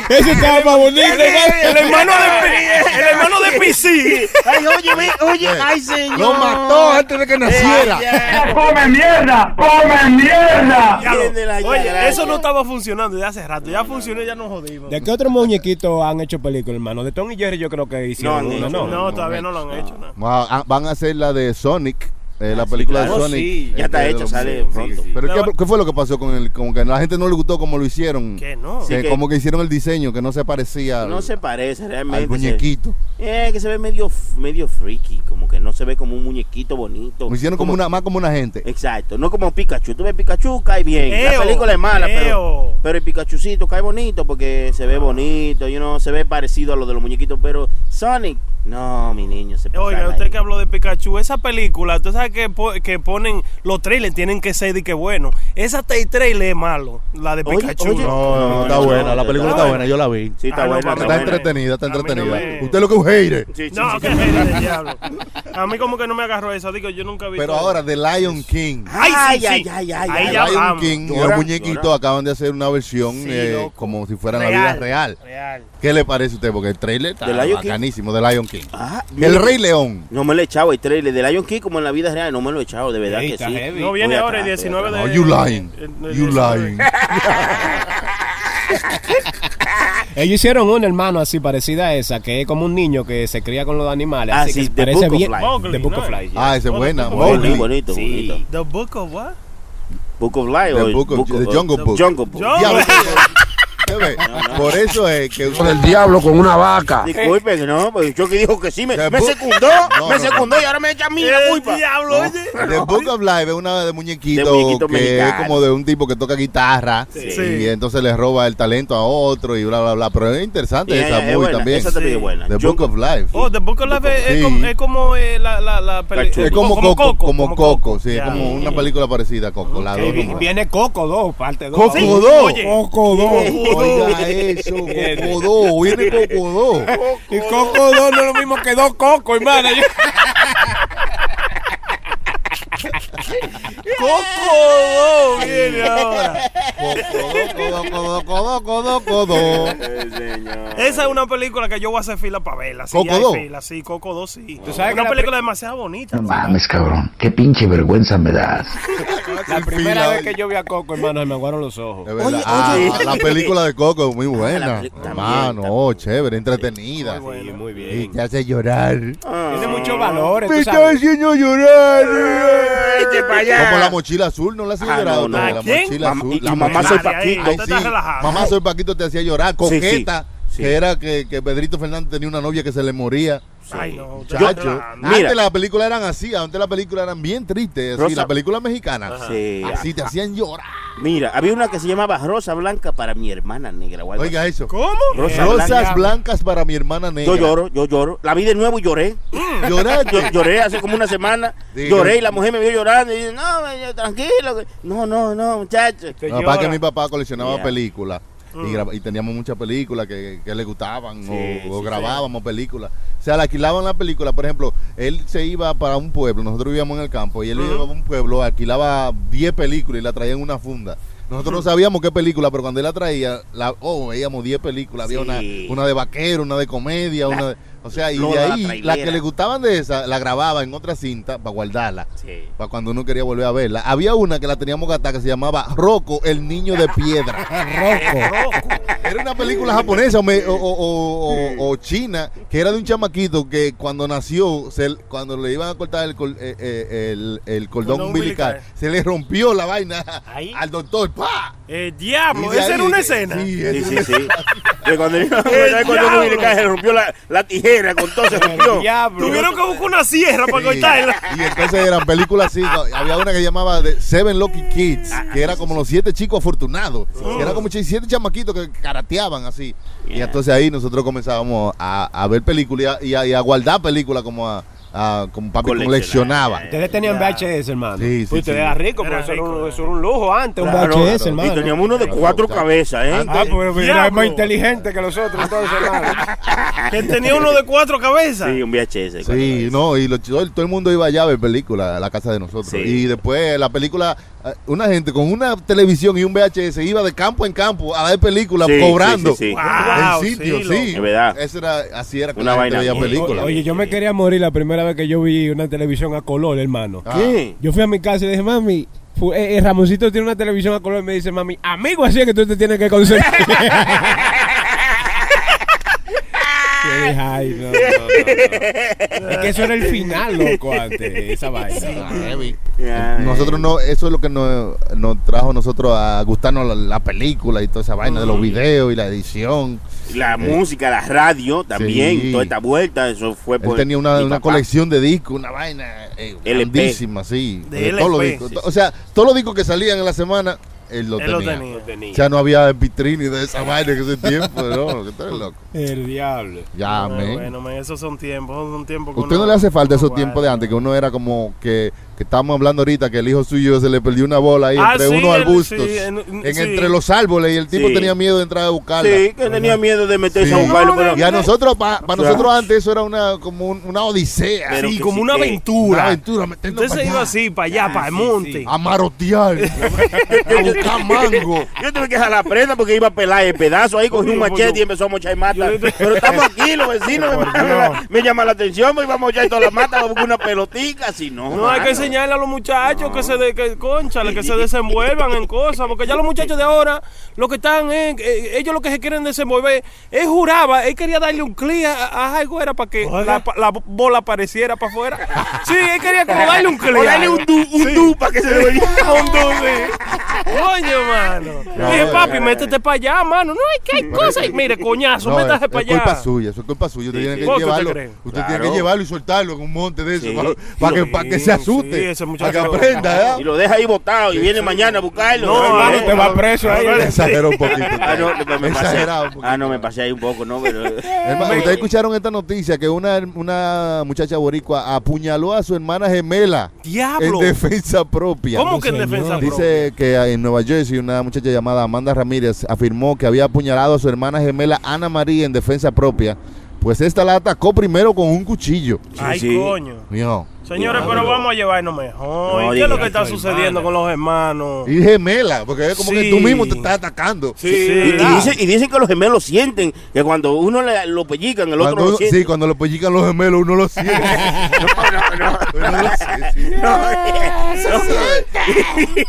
Speaker 6: Ese estaba más bonito. ¿no?
Speaker 2: El hermano de Pi- el hermano de PC.
Speaker 5: Ay, oye, [LAUGHS] ve, oye, ay, señor.
Speaker 4: Lo mató antes de que naciera.
Speaker 8: ¡Come mierda! ¡Come mierda!
Speaker 2: [LAUGHS] Ya lo-
Speaker 5: Viene la
Speaker 2: Oye,
Speaker 5: yaraya.
Speaker 2: eso no estaba funcionando desde hace rato. Ya funcionó y ya nos jodimos.
Speaker 6: ¿De qué otros muñequitos han hecho películas, hermano? De Tom y Jerry yo creo que hicieron
Speaker 5: No han
Speaker 6: una, ¿no?
Speaker 5: hecho,
Speaker 2: No, todavía no lo han hecho. no.
Speaker 4: Va- ah, Van a hacer la de Sonic. eh, la película
Speaker 5: claro.
Speaker 4: de
Speaker 5: Oh,
Speaker 4: Sonic.
Speaker 5: sí,
Speaker 4: eh,
Speaker 5: ya está
Speaker 4: de
Speaker 5: hecha,
Speaker 4: los-
Speaker 5: sale
Speaker 4: sí,
Speaker 5: pronto.
Speaker 4: sí. Pero
Speaker 2: La-
Speaker 4: ¿qué, qué fue lo que pasó con el Como que a la gente no le gustó como lo hicieron.
Speaker 2: Que no.
Speaker 4: Eh,
Speaker 5: Sí, que-
Speaker 4: Como que hicieron el diseño, que no se parecía al,
Speaker 5: No se parece realmente.
Speaker 4: al
Speaker 5: se-
Speaker 4: muñequito.
Speaker 5: Eh, que se ve medio, medio freaky, como que no se ve como un muñequito bonito.
Speaker 4: Lo hicieron como una, más como una
Speaker 5: Eh,
Speaker 4: gente.
Speaker 5: Exacto, no como Pikachu. Tú ves Pikachu, cae bien.
Speaker 2: Eo,
Speaker 5: la película es mala, pero,
Speaker 2: eo.
Speaker 5: pero el Pikachucito cae bonito porque se ve bonito, you know, se ve parecido a lo de los muñequitos, pero Sonic, no, mi niño, se pasaron
Speaker 2: Oiga,
Speaker 5: ahí.
Speaker 2: usted que habló de Pikachu, esa película, usted sabe que, po- que ponen los trailers, tienen que ser de que bueno. Esa t trailer es malo, la de
Speaker 5: Oye,
Speaker 2: Pikachu.
Speaker 5: oye.
Speaker 2: no.
Speaker 4: No, no,
Speaker 5: No,
Speaker 4: está
Speaker 5: no,
Speaker 4: buena.
Speaker 5: no,
Speaker 4: la película
Speaker 2: no,
Speaker 4: está
Speaker 2: no.
Speaker 4: buena, yo la vi.
Speaker 5: Sí, está
Speaker 2: Ah, no,
Speaker 5: buena.
Speaker 2: para
Speaker 4: Está
Speaker 5: está
Speaker 2: mí no
Speaker 5: buena.
Speaker 4: entretenida, está
Speaker 2: A mí no
Speaker 4: entretenida.
Speaker 2: me-
Speaker 4: Usted lo que es un hater.
Speaker 5: Sí, sí, sí,
Speaker 2: No, que
Speaker 5: sí.
Speaker 2: es del diablo. A mí como que no me agarró esa, digo, yo nunca vi.
Speaker 4: Pero ahora, The Lion King.
Speaker 2: Ay, sí,
Speaker 5: Ay,
Speaker 2: sí.
Speaker 5: ay, ay, ay,
Speaker 2: Ahí
Speaker 5: ay.
Speaker 2: ya
Speaker 4: Lion
Speaker 2: vamos.
Speaker 4: King y los
Speaker 5: Llora,
Speaker 4: muñequitos
Speaker 5: llora.
Speaker 4: acaban de hacer una versión
Speaker 2: Sí,
Speaker 4: eh,
Speaker 2: loco.
Speaker 4: como si fuera la vida real.
Speaker 2: Real.
Speaker 4: ¿Qué le parece a usted? Porque el trailer está
Speaker 5: ¿De Lion King?
Speaker 4: bacanísimo de Lion King.
Speaker 5: Ah, mira.
Speaker 4: El Rey León.
Speaker 5: No me lo he echado el trailer de Lion King como en la vida real, no me lo he echado, de verdad
Speaker 6: Ey,
Speaker 5: que
Speaker 6: está
Speaker 5: sí.
Speaker 6: heavy.
Speaker 2: No viene
Speaker 5: Voy
Speaker 2: ahora el
Speaker 5: atrás, voy
Speaker 2: 19 de...
Speaker 4: No, you lying.
Speaker 5: eh,
Speaker 2: el- el
Speaker 4: You
Speaker 2: 19.
Speaker 4: lying.
Speaker 6: Ellos hicieron una, hermano, así parecida a esa, que es como un niño que se cría con los animales.
Speaker 5: Ah,
Speaker 6: así
Speaker 5: sí,
Speaker 6: que
Speaker 5: The
Speaker 6: parece
Speaker 5: Book of
Speaker 6: bien.
Speaker 5: Life.
Speaker 2: Mowgli,
Speaker 6: The Book
Speaker 2: ¿no?
Speaker 6: of Life. yeah.
Speaker 4: Ah, esa es buena.
Speaker 2: Bonito,
Speaker 5: Bonito,
Speaker 4: Mowgli.
Speaker 5: bonito,
Speaker 6: Sí.
Speaker 5: bonito.
Speaker 2: The Book of what?
Speaker 5: Book of Life
Speaker 4: The
Speaker 5: o el
Speaker 4: Book of- The Jungle
Speaker 5: o-
Speaker 4: Book.
Speaker 5: Jungle Book.
Speaker 2: Yo,
Speaker 4: Diablo,
Speaker 2: güey.
Speaker 4: ¿qué ve? Por eso es que uno del
Speaker 8: Diablo con una vaca.
Speaker 5: Disculpe, que no, porque yo que dijo que sí, me,
Speaker 4: The
Speaker 5: me
Speaker 4: Book-
Speaker 5: secundó,
Speaker 4: No,
Speaker 5: me
Speaker 4: no, no.
Speaker 5: secundó y ahora me echa a mí la
Speaker 2: El
Speaker 5: culpa.
Speaker 2: diablo, oye.
Speaker 4: The Book of Life es una de muñequito,
Speaker 5: De muñequito
Speaker 4: que
Speaker 5: mexicano.
Speaker 4: es como de un tipo que toca guitarra
Speaker 2: Sí.
Speaker 4: y entonces le roba el talento a otro y bla bla bla. Pero es interesante
Speaker 5: Sí,
Speaker 4: esa
Speaker 5: es
Speaker 4: movie
Speaker 5: buena,
Speaker 4: también.
Speaker 5: esa también es buena.
Speaker 4: The Book
Speaker 5: Jungle-
Speaker 4: of Life.
Speaker 2: Oh, The Book of Life es, es
Speaker 4: Sí.
Speaker 2: como, es como eh, la, la, la peli- Oh,
Speaker 5: Cacho.
Speaker 4: es como, Coco, como, Coco, sí, es
Speaker 2: Ya.
Speaker 4: como una película parecida a Coco. la
Speaker 6: Que
Speaker 4: dos
Speaker 6: vi-
Speaker 4: nomás.
Speaker 6: viene Coco 2, parte 2.
Speaker 4: Coco
Speaker 2: Sí,
Speaker 4: Cocodó.
Speaker 2: oye.
Speaker 6: Coco 2.
Speaker 4: [LAUGHS] Oiga eso, Cocodó, viene Cocodó.
Speaker 6: Y Coco 2 no es lo mismo que dos Coco, hermano. Yo-
Speaker 2: Coco viene ahora.
Speaker 4: Cocodó, Cocodó, Cocodó, Cocodó.
Speaker 2: Esa es una película que yo voy a hacer fila para verla. Sí,
Speaker 4: ¿Cocodó?
Speaker 2: hay fila, sí, Coco 2, sí.
Speaker 6: sabes que
Speaker 2: una
Speaker 6: la
Speaker 2: película demasiado bonita.
Speaker 8: No mames, cabrón. Qué pinche vergüenza me das.
Speaker 6: La
Speaker 4: Sin
Speaker 6: primera
Speaker 4: fila,
Speaker 6: vez
Speaker 4: oye.
Speaker 6: que yo vi a Coco, hermano, se me aguaron los ojos.
Speaker 4: Es verdad. Ah, la película de Coco es muy buena.
Speaker 5: la peli- también,
Speaker 4: Hermano,
Speaker 5: también.
Speaker 4: oh, chévere, entretenida.
Speaker 6: Sí, muy
Speaker 4: Y
Speaker 6: bien.
Speaker 4: te hace llorar.
Speaker 5: Ah,
Speaker 6: Tiene muchos valores, tú
Speaker 4: Me está
Speaker 6: sabes.
Speaker 4: haciendo llorar.
Speaker 5: Vete pa' allá.
Speaker 4: Como la mochila azul, no la hacía
Speaker 5: Ah,
Speaker 4: llorar.
Speaker 5: no, no.
Speaker 4: La
Speaker 5: ¿A
Speaker 2: quién?
Speaker 4: mochila
Speaker 5: Mamá-
Speaker 4: azul.
Speaker 5: y-
Speaker 4: la
Speaker 5: y mamá
Speaker 4: mochila
Speaker 5: soy
Speaker 4: azul.
Speaker 5: Paquito.
Speaker 4: Ay,
Speaker 2: Tú estás
Speaker 4: sí.
Speaker 2: relajado.
Speaker 4: Mamá soy Paquito te hacía llorar.
Speaker 5: Sí, sí.
Speaker 4: Coqueta,
Speaker 5: Sí.
Speaker 4: que era que, que Pedrito Fernández tenía una novia que se le moría.
Speaker 2: Ay, no. te estás
Speaker 4: Chacho.
Speaker 2: relajando.
Speaker 5: Mira.
Speaker 4: Antes las películas eran así, antes las películas eran bien tristes. Así,
Speaker 5: Rosa-
Speaker 4: las películas mexicanas.
Speaker 5: Sí.
Speaker 4: Así te hacían llorar.
Speaker 5: Mira, había una que se llamaba Rosa Blanca para mi hermana negra. o algo
Speaker 4: Oiga eso.
Speaker 2: ¿Cómo?
Speaker 5: Rosa
Speaker 4: Rosas
Speaker 5: blanca.
Speaker 4: blancas para mi hermana
Speaker 5: así.
Speaker 4: negra.
Speaker 5: Yo lloro, yo lloro. La vi de nuevo y lloré. Yo-
Speaker 4: Lloraste.
Speaker 5: lloré hace como una semana.
Speaker 4: Digo.
Speaker 5: Lloré y la mujer me vio llorando. Y dice, no, me- tranquilo. que- No, no, no, muchacho.
Speaker 4: No, para que mi papá coleccionaba
Speaker 5: Este, Yeah. Mm.
Speaker 4: películas y, graba- y teníamos muchas películas que, que le gustaban o-
Speaker 5: Sí,
Speaker 4: o,
Speaker 5: sí,
Speaker 4: grabábamos películas. O sea, le alquilaban la película. Por ejemplo, él se iba para un pueblo, nosotros vivíamos en el campo
Speaker 5: Mm.
Speaker 4: y él iba a un pueblo, alquilaba 10 películas y la traía en una funda. Nosotros
Speaker 5: Mm.
Speaker 4: no sabíamos qué película, pero cuando él la traía, la, oh, veíamos 10 películas. Había
Speaker 5: Sí.
Speaker 4: una, una de vaquero, una de comedia, una de- O sea, y de
Speaker 5: Lola la
Speaker 4: ahí, la
Speaker 5: trailera.
Speaker 4: que le gustaban de esa, la grababa en otra cinta para guardarla
Speaker 5: Sí.
Speaker 4: para cuando uno quería volver a verla. Había una que la teníamos gata que se llamaba Rocco, el niño de
Speaker 2: [LAUGHS]
Speaker 4: piedra. Era una película japonesa o, me- o- o- o- o- o china que era de un chamaquito que cuando nació, se- cuando le iban a cortar el, col- eh, eh, el- el cordón
Speaker 2: Cordón
Speaker 4: umbilical,
Speaker 2: umbilical.
Speaker 4: se le rompió la vaina
Speaker 2: Ahí.
Speaker 4: al doctor. ¡Pa!
Speaker 2: Eh,
Speaker 4: Y
Speaker 2: diablo,
Speaker 4: de
Speaker 2: esa
Speaker 4: ahí-
Speaker 2: era una escena.
Speaker 4: Sí,
Speaker 5: Sí,
Speaker 4: es-
Speaker 5: sí,
Speaker 4: [LAUGHS]
Speaker 5: sí. Que cuando el
Speaker 2: diablo!
Speaker 5: se rompió la, la tijera, con todo se rompió.
Speaker 6: Diablo.
Speaker 2: Tuvieron que buscar una sierra para
Speaker 4: Sí.
Speaker 2: cortarla.
Speaker 4: Y entonces eran películas así. Había una que llamaba de Seven Lucky Kids, que era como los siete chicos afortunados. Que era como ch- siete chamaquitos que karateaban así. Y entonces ahí nosotros comenzábamos a, a ver películas y a, y a guardar películas como a, a- como papi
Speaker 5: Coleccionar.
Speaker 4: coleccionaba.
Speaker 6: Ustedes tenían VHS, hermano.
Speaker 4: Sí, sí,
Speaker 3: Usted
Speaker 4: sí.
Speaker 3: era rico,
Speaker 2: Era
Speaker 3: pero eso era,
Speaker 2: rico,
Speaker 3: un,
Speaker 2: era
Speaker 3: eso era un lujo antes. un
Speaker 6: Claro.
Speaker 3: bache.
Speaker 6: VHS, hermano.
Speaker 5: Y teníamos uno de cuatro cabezas, ¿eh?
Speaker 3: Ah, pues
Speaker 2: Diablo.
Speaker 3: era más inteligente que los otros,
Speaker 2: [LAUGHS]
Speaker 3: entonces, hermano.
Speaker 2: Que tenía uno de cuatro cabezas.
Speaker 5: Sí, un VHS. cuatro
Speaker 4: Sí,
Speaker 5: cabezas.
Speaker 4: no, y los ch- todo, el mundo iba allá a ver películas a la casa de nosotros.
Speaker 5: Sí.
Speaker 4: Y después la película, eh, una gente con una televisión y un VHS iba de campo en campo a ver películas
Speaker 5: Sí, sí,
Speaker 4: cobrando.
Speaker 5: sí, sí.
Speaker 2: Wow,
Speaker 4: el sitio,
Speaker 2: sí,
Speaker 4: sí.
Speaker 2: lo-
Speaker 5: Es verdad.
Speaker 4: Eso era, así era que
Speaker 5: Una
Speaker 4: la gente
Speaker 5: vaina
Speaker 4: veía
Speaker 5: bien.
Speaker 4: películas.
Speaker 6: Oye, yo me quería morir la primera vez que yo vi una televisión a color, hermano.
Speaker 4: Ah,
Speaker 5: ¿Qué?
Speaker 6: Yo fui a mi casa y dije, mami, fu- eh, eh, Ramoncito tiene una televisión a color. Y me dice, mami, amigo, así es que tú te tienes que conseguir.
Speaker 2: [LAUGHS]
Speaker 6: yo dije, ay, no, no, no, no". Es que eso era el final, loco, antes, esa vaina.
Speaker 5: Ay.
Speaker 4: Nosotros no, eso es lo que nos, nos trajo a nosotros a gustarnos la, la película y toda esa vaina
Speaker 5: Mm.
Speaker 4: de los videos y la edición.
Speaker 5: La música, la radio también,
Speaker 4: Eh. Sí.
Speaker 5: toda esta vuelta, eso fue
Speaker 4: Él
Speaker 5: por.
Speaker 4: tenía una,
Speaker 5: mi
Speaker 4: una
Speaker 5: papá.
Speaker 4: colección de discos, una vaina eh,
Speaker 5: LP.
Speaker 4: grandísima, sí.
Speaker 2: De
Speaker 4: de todos los
Speaker 2: LP,
Speaker 4: discos.
Speaker 2: sí,
Speaker 4: O sea, todos los discos que salían en la semana, él los
Speaker 2: Él lo
Speaker 4: tenía.
Speaker 2: tenía.
Speaker 4: O sea, no había vitrini de esa vaina en ese tiempo, no, que tú eres loco.
Speaker 6: El diablo.
Speaker 4: Ya,
Speaker 2: Bueno,
Speaker 4: men.
Speaker 2: Bueno, men, esos son tiempos, son tiempos que
Speaker 4: Usted no
Speaker 2: uno-
Speaker 4: le hace falta esos
Speaker 2: uno
Speaker 4: tiempos de
Speaker 2: guarda.
Speaker 4: antes, que uno era como que, que estábamos hablando ahorita, que el hijo suyo se le perdió una bola ahí
Speaker 2: Ah,
Speaker 4: entre
Speaker 2: sí,
Speaker 4: unos
Speaker 2: el-
Speaker 4: arbustos,
Speaker 2: sí, en-
Speaker 4: en,
Speaker 2: sí.
Speaker 4: entre los árboles, y el tipo
Speaker 5: Sí.
Speaker 4: tenía miedo de entrar a buscarla.
Speaker 5: Sí, que tenía miedo de meterse
Speaker 4: Sí.
Speaker 5: a un baile, pero.
Speaker 4: Y a nosotros, para
Speaker 5: O sea,
Speaker 4: nosotros antes eso era una como un- una odisea,
Speaker 5: Pero
Speaker 2: Sí,
Speaker 5: que
Speaker 2: como
Speaker 5: sí,
Speaker 2: una
Speaker 5: que-
Speaker 4: una
Speaker 2: aventura.
Speaker 4: aventura, meternos
Speaker 2: Usted
Speaker 4: pa'
Speaker 2: se iba
Speaker 4: allá,
Speaker 2: así, para allá, para el monte.
Speaker 4: a marotear, [LAUGHS] a buscar mango.
Speaker 5: Yo tuve que jalar prenda porque iba a pelar el pedazo. Ahí cogí un machete y empezó a mochar mata. Pero estamos aquí, los vecinos. me, me llama la atención, pues íbamos a mochar toda la mata, vamos a buscar una pelotica. Si no.
Speaker 2: No, hay que
Speaker 5: mano.
Speaker 2: enseñarle a los muchachos que se de, que, conchale, que se desenvuelvan en cosas, porque ya los muchachos de ahora, lo que están, es- eh, ellos lo que se quieren desenvolver, él juraba, él quería darle un clic a, a algo era para que la, pa- la bola apareciera para afuera. Sí, él quería como darle un clic.
Speaker 5: O dale un du, un du para que se devuelva.
Speaker 2: [LAUGHS] Un du, sí. Coño, mano.
Speaker 4: No,
Speaker 2: Dije,
Speaker 4: eh,
Speaker 2: papi, métete para allá, mano. No, hay que hay cosas. Mire, coñazo,
Speaker 4: No, es,
Speaker 2: métase
Speaker 4: es
Speaker 2: para allá.
Speaker 4: culpa suya, eso es culpa suya. Usted
Speaker 2: ¿Vos
Speaker 4: tiene que
Speaker 2: qué usted
Speaker 4: llevarlo,
Speaker 2: cree?
Speaker 4: usted tiene
Speaker 5: Claro.
Speaker 4: que llevarlo y soltarlo en un monte de eso
Speaker 5: Sí.
Speaker 4: para, que,
Speaker 2: Sí,
Speaker 4: para que
Speaker 2: sí,
Speaker 4: se asuste,
Speaker 2: ese muchacho-
Speaker 4: para que aprenda.
Speaker 5: Y
Speaker 4: ¿eh?
Speaker 5: lo deja ahí botado y viene mañana a buscarlo.
Speaker 2: No,
Speaker 5: hermano,
Speaker 2: eh.
Speaker 5: te va-
Speaker 6: va preso ahí.
Speaker 4: Exageró un poquito. pues.
Speaker 5: Ah, no, me- me pasé.
Speaker 4: Exagerado un poquito.
Speaker 5: Ah, no, me pasé ahí un poco, ¿no? Pero.
Speaker 4: Hermano, Ustedes escucharon esta noticia que una, una muchacha boricua apuñaló a su hermana gemela
Speaker 2: Diablo.
Speaker 4: en defensa propia.
Speaker 2: ¿Cómo que en defensa propia?
Speaker 4: Dice que en Nueva Jersey una muchacha llamada Amanda Ramírez afirmó que había apuñalado a su hermana gemela Ana María en defensa propia, pues esta la atacó primero con un cuchillo.
Speaker 2: Ay,
Speaker 5: Sí, sí.
Speaker 2: coño.
Speaker 4: Mijo.
Speaker 2: Señores,
Speaker 5: Diablo.
Speaker 2: pero vamos a llevarnos mejor.
Speaker 5: No,
Speaker 2: ¿Y ¿Qué es lo
Speaker 5: diga,
Speaker 2: que está
Speaker 5: su
Speaker 2: sucediendo
Speaker 5: hermana.
Speaker 2: con los hermanos?
Speaker 4: Y gemela, porque es como
Speaker 2: Sí.
Speaker 4: que tú mismo te estás atacando.
Speaker 2: Sí, Ah.
Speaker 5: Y, y
Speaker 2: ¿verdad?
Speaker 5: dicen, y dicen que los gemelos sienten que cuando uno le- lo pellican, el otro
Speaker 4: Cuando
Speaker 5: lo
Speaker 4: uno-
Speaker 5: siente.
Speaker 4: sí, cuando lo pellican los gemelos
Speaker 2: [LAUGHS]
Speaker 4: uno lo siente. no, no, no.
Speaker 5: [LAUGHS]
Speaker 2: Sí,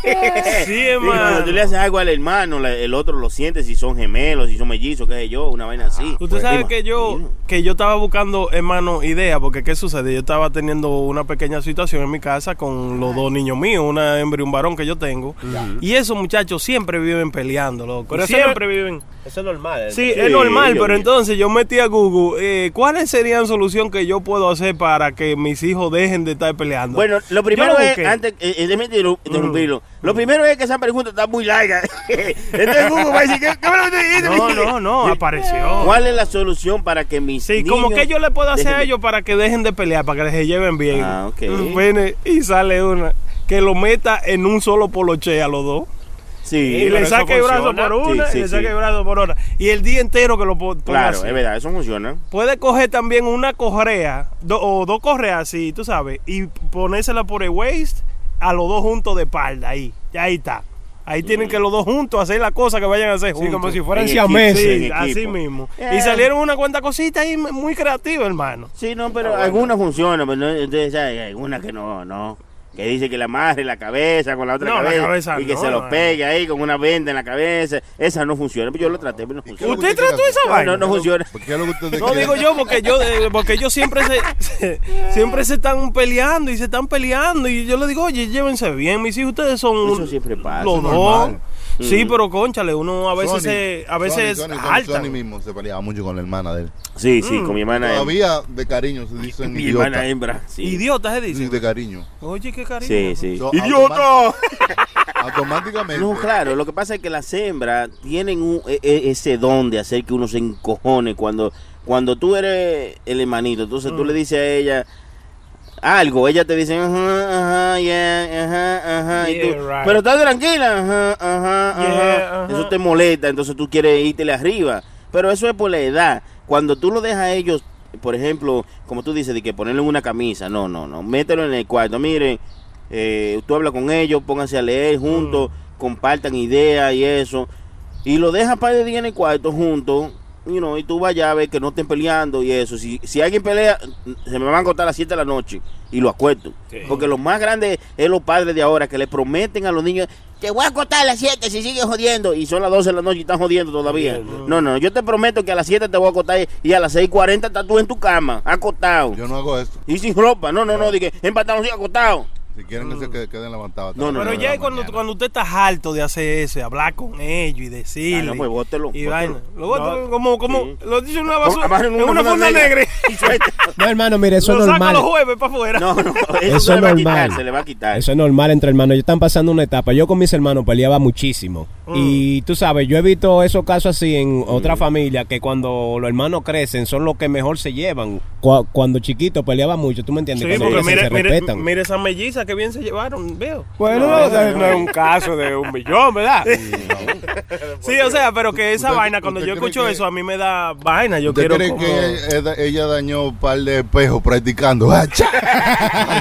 Speaker 5: Y cuando
Speaker 2: hermano.
Speaker 5: tú le haces algo al hermano, la- el otro lo siente si son gemelos, si son mellizos, qué sé yo, una vaina así.
Speaker 2: Ah,
Speaker 5: Pues
Speaker 2: Usted sabe que yo, que yo estaba buscando, hermano, ideas, porque ¿qué sucede? Yo estaba teniendo una pequeña situación en mi casa con los dos niños míos, una hembra y un varón que yo tengo. Y esos muchachos siempre viven peleando, loco.
Speaker 3: Pero eso
Speaker 2: siempre viven.
Speaker 3: Eso es normal. ¿eh?
Speaker 2: Sí,
Speaker 5: Sí,
Speaker 2: es normal,
Speaker 5: yo
Speaker 2: pero
Speaker 5: vi.
Speaker 2: entonces yo metí a Google, eh, ¿cuáles serían solución que yo puedo hacer para que mis hijos dejen de estar peleando?
Speaker 5: Bueno, lo
Speaker 2: Yo
Speaker 5: primero
Speaker 2: lo
Speaker 5: es,
Speaker 2: busqué. Mm.
Speaker 5: antes, eh, eh, déjame interru- interrumpirlo. Lo primero es que esa pregunta está muy larga. [LAUGHS] Entonces Google va a
Speaker 2: [LAUGHS]
Speaker 5: decir, ¿qué, qué me lo dijiste?
Speaker 2: No, no, no,
Speaker 5: [LAUGHS]
Speaker 2: apareció.
Speaker 5: ¿Cuál es la solución para que mis
Speaker 2: Sí,
Speaker 5: niños
Speaker 2: como que yo le puedo hacer
Speaker 5: dejen
Speaker 2: a
Speaker 5: de-
Speaker 2: ellos para que dejen de pelear, para que les lleven bien.
Speaker 5: Ah, ok.
Speaker 2: Viene y sale una. Que lo meta en un solo poloche a los dos.
Speaker 5: Sí,
Speaker 2: Y, le
Speaker 5: pero eso
Speaker 2: saque el brazo
Speaker 5: funciona.
Speaker 2: por una
Speaker 5: Sí, sí,
Speaker 2: y le saque
Speaker 5: sí.
Speaker 2: el brazo por otra. Y el día entero que lo po- ponga
Speaker 5: Claro,
Speaker 2: así.
Speaker 5: es verdad, eso funciona.
Speaker 2: Puede coger también una correa do- o dos correas, sí, tú sabes, y ponérsela por el waist a los dos juntos de espalda. Ahí, ya ahí está. Ahí tienen que los dos juntos hacer la cosa que vayan a hacer juntos.
Speaker 6: como si fueran
Speaker 5: En
Speaker 6: siameses.
Speaker 5: equipo,
Speaker 2: Sí,
Speaker 5: en
Speaker 2: así
Speaker 5: equipo.
Speaker 2: mismo.
Speaker 5: Eh.
Speaker 2: Y salieron una cuanta cosita ahí muy creativa, hermano.
Speaker 5: Sí, no,
Speaker 2: Ah,
Speaker 5: pero algunas funcionan, pero no, entonces hay algunas que no, no. Que dice que la madre la cabeza con la otra
Speaker 2: No, la
Speaker 5: cabeza,
Speaker 2: cabeza
Speaker 5: y que
Speaker 2: no,
Speaker 5: se
Speaker 2: no.
Speaker 5: lo pegue ahí con una venda en la cabeza. Esa no funciona, pero yo lo traté, pero no
Speaker 4: ¿Qué es lo que
Speaker 5: funciona.
Speaker 2: ¿Usted
Speaker 4: quiere
Speaker 2: trató
Speaker 4: hacer?
Speaker 2: esa
Speaker 4: ¿Qué es lo-
Speaker 2: vaina?
Speaker 5: No, no funciona.
Speaker 4: ¿Qué es lo que ustedes
Speaker 2: No
Speaker 4: quieren?
Speaker 2: digo yo porque yo eh, porque ellos siempre se, se- siempre se están peleando y se están peleando y yo le digo, "Oye, llévense bien, mis hijos, ustedes son
Speaker 5: Eso
Speaker 2: un-
Speaker 5: siempre pasa, Mm.
Speaker 2: los dos."
Speaker 4: normal.
Speaker 2: Sí, pero conchale, uno a veces
Speaker 4: Sony,
Speaker 2: se a
Speaker 4: Sony,
Speaker 2: veces
Speaker 4: Sony, Sony,
Speaker 2: alta.
Speaker 4: Sony mismo se peleaba mucho con la hermana de él.
Speaker 5: Sí,
Speaker 2: Mm.
Speaker 5: sí, con mi hermana. hembra.
Speaker 4: Todavía de cariño se dicen
Speaker 5: mi
Speaker 4: idiota.
Speaker 5: hermana hembra. Sí,
Speaker 2: Idiota se
Speaker 4: Sí,
Speaker 2: dice.
Speaker 4: de cariño.
Speaker 2: [LAUGHS] Oye, qué cariño.
Speaker 5: sí. sí.
Speaker 4: So, Automáticamente.
Speaker 5: No, claro, lo que pasa es que las hembras tienen un- e- e- ese don de hacer que uno se encojone cuando, cuando tú eres el hermanito, entonces tú le
Speaker 2: Mm.
Speaker 5: dices a ella algo, ella te dice, ajá, ajá, yeah, ajá, ajá, y
Speaker 2: Yeah,
Speaker 5: tú,
Speaker 2: right.
Speaker 5: pero estás tranquila, ajá, ajá, ajá".
Speaker 2: Yeah, ajá.
Speaker 5: eso te molesta, entonces tú quieres irte arriba, pero eso es por la edad, cuando tú lo dejas a ellos, por ejemplo, como tú dices, de que ponerle una camisa, no, no, no, mételo en el cuarto, miren, eh, tú hablas con ellos, pónganse a leer juntos, compartan ideas y eso. Y lo dejas para el día en el cuarto juntos. You know, y tú vas allá a ver que no estén peleando y eso. Si, si alguien pelea, se me van a contar a las 7 de la noche y lo acuerdo. Porque lo más grande es los padres de ahora que le prometen a los niños, te voy a contar a las 7 si sigues jodiendo. Y son las 12 de la noche y están jodiendo todavía. No, no, yo te prometo que a las 7 te voy a acostar y a las 6.40 estás tú en tu cama, acostado.
Speaker 4: Yo no hago esto.
Speaker 5: Y sin ropa. No, no, no, dije, en pantaloncillo acostado.
Speaker 4: Si quieren
Speaker 2: Mm.
Speaker 4: que se quede- queden levantados. hasta
Speaker 5: No, no,
Speaker 4: las
Speaker 2: Pero
Speaker 4: nueve
Speaker 2: ya
Speaker 4: de
Speaker 2: es
Speaker 4: la
Speaker 2: cuando,
Speaker 4: mañana.
Speaker 2: cuando usted está harto de hacer eso, y hablar con ellos y decirle.
Speaker 5: Ah, no, pues, bótelo,
Speaker 2: Y
Speaker 5: bótelo.
Speaker 2: vaina. Lo bótelo como, como,
Speaker 5: Sí.
Speaker 2: lo dice en una basura.
Speaker 5: Amarren
Speaker 2: En una funda negra. [LAUGHS]
Speaker 5: y suéltalo.
Speaker 6: No, hermano, mire, eso
Speaker 2: lo
Speaker 6: es
Speaker 2: saca
Speaker 6: normal.
Speaker 2: los jueves para afuera.
Speaker 5: No, no, eso,
Speaker 6: Eso
Speaker 5: se
Speaker 6: es
Speaker 5: le va a
Speaker 6: normal.
Speaker 5: quitar, se le va a quitar.
Speaker 6: Ah, Eso es normal entre hermanos. Ellos están pasando una etapa. Yo con mis hermanos peleaba muchísimo.
Speaker 2: Mm.
Speaker 6: Y tú sabes, yo he visto esos casos así en otra familia que cuando los hermanos crecen son los que mejor se llevan. Cu- cuando chiquitos peleaban mucho, ¿tú me entiendes?
Speaker 2: Sí,
Speaker 6: Cuando
Speaker 2: porque
Speaker 6: crecen
Speaker 2: mire,
Speaker 6: se
Speaker 2: mire,
Speaker 6: respetan.
Speaker 2: mire esa melliza que bien se llevaron, veo.
Speaker 6: Bueno,
Speaker 2: No,
Speaker 6: no, no es un caso de un millón, ¿verdad?
Speaker 2: Sí, o sea, pero que esa
Speaker 4: ¿Usted-
Speaker 2: vaina, cuando
Speaker 4: usted
Speaker 2: yo
Speaker 4: cree
Speaker 2: escucho
Speaker 4: que-
Speaker 2: eso, a mí me da vaina. Yo
Speaker 4: ¿Usted
Speaker 2: quiero.
Speaker 4: cree
Speaker 2: como-
Speaker 4: que ella, ella- ella dañó un par de espejos practicando? [LAUGHS] ¡Ah, cha!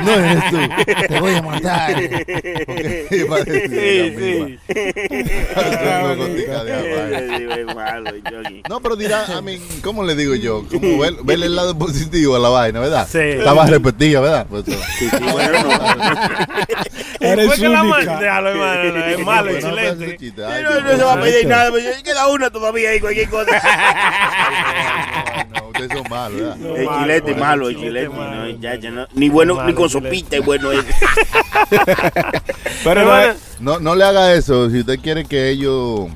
Speaker 4: no eres tú. Te voy a matar. Porque iba a
Speaker 2: Sí,
Speaker 4: decir ella
Speaker 2: sí.
Speaker 4: misma. Tengo gotica de agua. No, pero dirá, a mí, ¿cómo le digo yo? Como ver, verle el lado positivo a la vaina, ¿verdad?
Speaker 2: Sí.
Speaker 4: Estaba repetida, ¿verdad? Pues, eh,
Speaker 2: Fue que la
Speaker 6: única.
Speaker 2: man- Déjalo, hermano, es malo,
Speaker 4: bueno, pues,
Speaker 2: excelente.
Speaker 4: chiste.
Speaker 5: No,
Speaker 4: Ay,
Speaker 5: no, no
Speaker 4: Dios
Speaker 5: se va a
Speaker 4: mío.
Speaker 5: pedir nada, pero yo- queda una todavía ahí,
Speaker 2: [LAUGHS]
Speaker 5: cualquier cosa.
Speaker 4: Ay, no, ustedes son malos, ¿verdad?
Speaker 5: El chilete
Speaker 2: bueno,
Speaker 5: malo, el
Speaker 2: chilete
Speaker 5: chilete.
Speaker 2: malo.
Speaker 5: no, ya, ya no. Ni bueno,
Speaker 2: Malo,
Speaker 5: ni con
Speaker 2: chilete.
Speaker 5: sopita es bueno. es.
Speaker 6: Pero no,
Speaker 2: Hermano,
Speaker 6: es-
Speaker 4: No, no le haga eso. Si usted quiere que ellos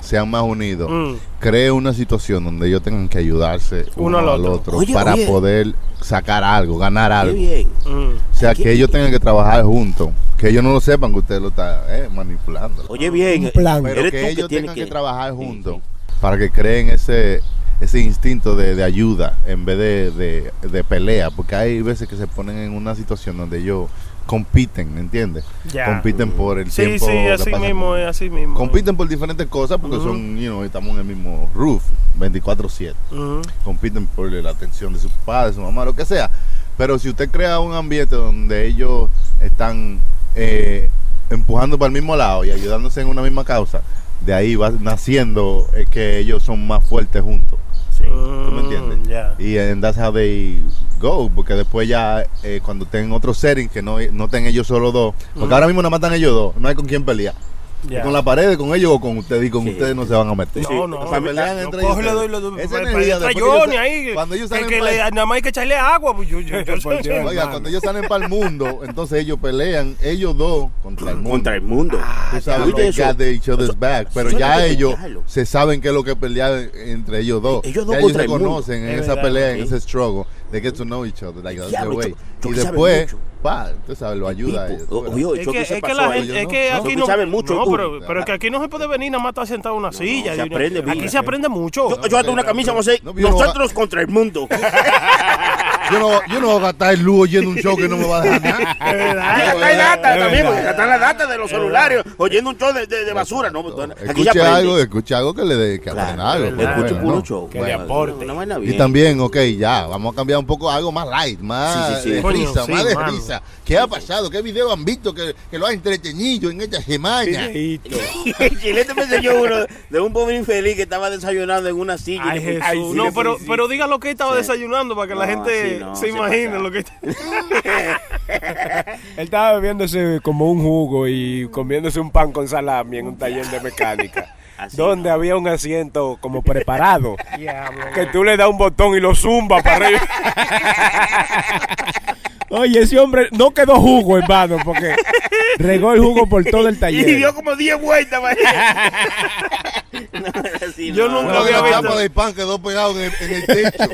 Speaker 4: sean más unidos,
Speaker 2: Mm.
Speaker 4: cree una situación donde ellos tengan que ayudarse uno, al otro,
Speaker 5: Oye,
Speaker 4: para
Speaker 5: oye.
Speaker 4: poder sacar algo, ganar
Speaker 5: Qué
Speaker 4: algo.
Speaker 5: bien.
Speaker 2: mm.
Speaker 4: O sea, que ellos tengan que trabajar juntos. Que ellos no lo sepan que usted lo está eh, manipulando.
Speaker 5: Oye, bien.
Speaker 6: Un plan.
Speaker 4: Pero
Speaker 5: Eres tú
Speaker 4: que ellos
Speaker 5: tienes
Speaker 4: tengan que, trabajar juntos para que creen ese ese instinto de, de ayuda en vez de, de- de pelea. Porque hay veces que se ponen en una situación donde ellos compiten, ¿entiendes?
Speaker 2: Ya.
Speaker 4: Compiten por el
Speaker 2: Sí,
Speaker 4: tiempo.
Speaker 2: sí,
Speaker 4: que
Speaker 2: así
Speaker 4: pasan
Speaker 2: mismo, es así mismo.
Speaker 4: Compiten por diferentes cosas porque son, you know, estamos en el mismo roof, 24-7.
Speaker 2: Ujú.
Speaker 4: Compiten por la atención de sus padres, su mamá, lo que sea. Pero si usted crea un ambiente donde ellos están eh, empujando para el mismo lado y ayudándose en una misma causa, de ahí va naciendo eh, que ellos son más fuertes juntos. ¿Tú me entiendes?
Speaker 2: Mm, ya.
Speaker 4: Y en that's how they go, porque después ya eh, cuando estén otros settings que no, no estén ellos solo dos, porque ahora mismo nada más están ellos dos, no hay con quién pelear.
Speaker 2: Ya.
Speaker 4: Con la pared, con ellos o con ustedes, y con
Speaker 5: Sí.
Speaker 4: ustedes no se van a meter.
Speaker 2: No, no,
Speaker 4: Se pelean
Speaker 2: yo
Speaker 4: entre
Speaker 2: cojo y le
Speaker 4: ellos.
Speaker 2: doy, le doy.
Speaker 4: Esa
Speaker 2: pa- pa-
Speaker 4: energía,
Speaker 2: entra
Speaker 4: después que
Speaker 2: Johnny
Speaker 4: ellos-
Speaker 2: ahí.
Speaker 4: Cuando ellos
Speaker 2: que-
Speaker 4: salen
Speaker 2: que
Speaker 4: pa-
Speaker 2: le- nada más hay que echarle agua. Pues yo, yo,
Speaker 3: Por
Speaker 2: yo,
Speaker 3: Dios,
Speaker 2: yo-
Speaker 4: Oiga,
Speaker 3: hermano.
Speaker 4: cuando ellos salen para el mundo, entonces ellos pelean, ellos dos contra el mundo.
Speaker 5: Contra el mundo.
Speaker 4: Tú sabes,
Speaker 5: ¿Oíste
Speaker 4: they
Speaker 5: eso?
Speaker 4: got each other's back. Pero
Speaker 5: suena
Speaker 4: ya
Speaker 5: como
Speaker 4: ellos
Speaker 5: diablo. E-,
Speaker 4: se saben qué es lo que pelear entre ellos dos.
Speaker 5: Ellos dos
Speaker 4: Ya
Speaker 5: contra
Speaker 4: se
Speaker 5: el mundo.
Speaker 4: conocen en
Speaker 2: Es
Speaker 4: esa
Speaker 2: verdad,
Speaker 4: pelea, en
Speaker 5: ¿sí?
Speaker 4: ese struggle. They get to know each other. like, that's
Speaker 5: Diablo,
Speaker 4: the way.
Speaker 5: Chuck- Chuck
Speaker 4: Y
Speaker 5: sabe
Speaker 4: después,
Speaker 5: mucho.
Speaker 4: pa, tú sabes, lo ayuda. a ellos,
Speaker 5: O-
Speaker 4: ¿verdad?
Speaker 5: oye,
Speaker 2: Es
Speaker 5: Chucky
Speaker 2: que,
Speaker 5: se
Speaker 2: es que
Speaker 5: pasó
Speaker 2: la
Speaker 5: ahí.
Speaker 2: gente,
Speaker 4: yo
Speaker 2: es
Speaker 4: no.
Speaker 2: que
Speaker 4: No,
Speaker 2: aquí
Speaker 5: tú
Speaker 2: no,
Speaker 5: sabes mucho,
Speaker 2: no,
Speaker 5: tú.
Speaker 2: pero, pero es que aquí no se puede venir nada más estar sentado en una silla.
Speaker 5: se
Speaker 2: de una-
Speaker 5: aprende
Speaker 2: aquí
Speaker 5: bien.
Speaker 2: se aprende mucho.
Speaker 5: Yo, yo hasta una camisa, José.
Speaker 4: No, yo no-
Speaker 5: Nosotros contra el mundo.
Speaker 4: Yo no, yo no voy a gastar el luz oyendo un show que no me va a dejar nada.
Speaker 2: [LAUGHS] Es verdad,
Speaker 5: Ahí
Speaker 2: es
Speaker 5: está la
Speaker 2: verdad.
Speaker 5: data también, porque está la data de los celulares, oyendo un show de, de- de basura. No, aquí se
Speaker 4: Escuche
Speaker 5: aprende.
Speaker 4: algo, escuche algo que le dé que
Speaker 5: Claro,
Speaker 4: aprenda algo. por lo
Speaker 5: escucha
Speaker 4: menos,
Speaker 5: puro
Speaker 4: ¿no?
Speaker 5: show.
Speaker 2: Que
Speaker 5: Bueno,
Speaker 2: le aporte.
Speaker 5: una vaina
Speaker 4: Y
Speaker 5: bien.
Speaker 4: también, ok, ya, vamos a cambiar un poco a algo más light, más
Speaker 5: Sí, sí, sí.
Speaker 4: de
Speaker 2: Coño,
Speaker 4: risa,
Speaker 2: sí,
Speaker 4: más de
Speaker 2: mano.
Speaker 4: risa. ¿Qué ha pasado? ¿Qué video han visto que, que lo ha entretenido en esta semana?
Speaker 5: El Chilete me enseñó uno de un pobre infeliz que estaba desayunando en una silla.
Speaker 2: Ay,
Speaker 5: Y le-
Speaker 2: Jesús.
Speaker 5: Ay, sí,
Speaker 2: no,
Speaker 5: sí,
Speaker 2: pero,
Speaker 5: sí.
Speaker 2: pero diga lo que estaba
Speaker 5: Sí.
Speaker 2: desayunando para que la
Speaker 5: No,
Speaker 2: gente
Speaker 5: sí, no,
Speaker 2: se
Speaker 5: se
Speaker 2: imagine
Speaker 5: pasa.
Speaker 2: lo que está.
Speaker 6: Él estaba bebiéndose como un jugo y comiéndose un pan con salami en un taller
Speaker 2: [LAUGHS]
Speaker 6: de mecánica.
Speaker 5: Así
Speaker 6: donde
Speaker 5: no.
Speaker 6: había un asiento como preparado. que tú le das un botón y lo zumba para arriba. [LAUGHS] Oye, ese hombre no quedó jugo, hermano, porque regó el jugo por todo el taller.
Speaker 5: Y dio como 10 vueltas. man. No, así
Speaker 2: Yo
Speaker 5: no.
Speaker 2: nunca
Speaker 4: Una de
Speaker 2: había
Speaker 4: la
Speaker 2: visto.
Speaker 4: tapa del pan quedó pegado en el, en el
Speaker 2: [LAUGHS]
Speaker 4: techo.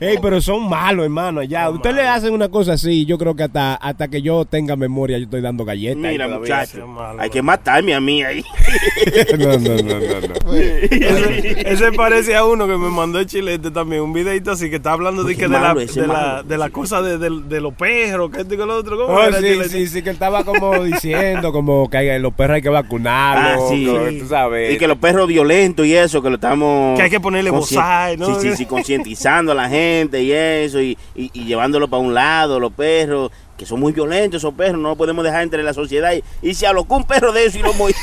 Speaker 6: Ey, pero son malos, hermano. Ya, ustedes le hacen una cosa así. Yo creo que hasta, hasta que yo tenga memoria, yo estoy dando galletas.
Speaker 5: Mira,
Speaker 2: sí,
Speaker 5: muchacho,
Speaker 2: malo,
Speaker 5: hay
Speaker 2: malo.
Speaker 5: que matarme a
Speaker 2: [LAUGHS]
Speaker 5: mí ahí.
Speaker 6: [LAUGHS] no, no, no, no, no.
Speaker 2: [LAUGHS] Ese, ese parece a uno que me mandó el chilete también, un videito así que está hablando de,
Speaker 5: Oye,
Speaker 2: que de, la,
Speaker 5: malo ese,
Speaker 2: de, la,
Speaker 5: malo.
Speaker 2: de la cosa de, de- de los perros, que esto y que lo otro. ¿Cómo
Speaker 6: Oh,
Speaker 2: era,
Speaker 6: sí,
Speaker 2: Chilete?
Speaker 6: sí, sí, que él estaba como diciendo, como que hay- los perros hay que vacunarlos,
Speaker 5: Ah, sí.
Speaker 6: que- tú sabes.
Speaker 5: Y que los perros violentos y eso, que lo estamos.
Speaker 2: Que hay que ponerle
Speaker 5: conscien-
Speaker 2: bozal, ¿no?
Speaker 5: Sí, sí,
Speaker 2: [LAUGHS]
Speaker 5: sí, concientizando a la gente y eso, y, y, y llevándolo para un lado, los perros, que son muy violentos esos perros, no los podemos dejar entre la sociedad. Y, y se alocó un perro de eso y lo [LAUGHS] murió.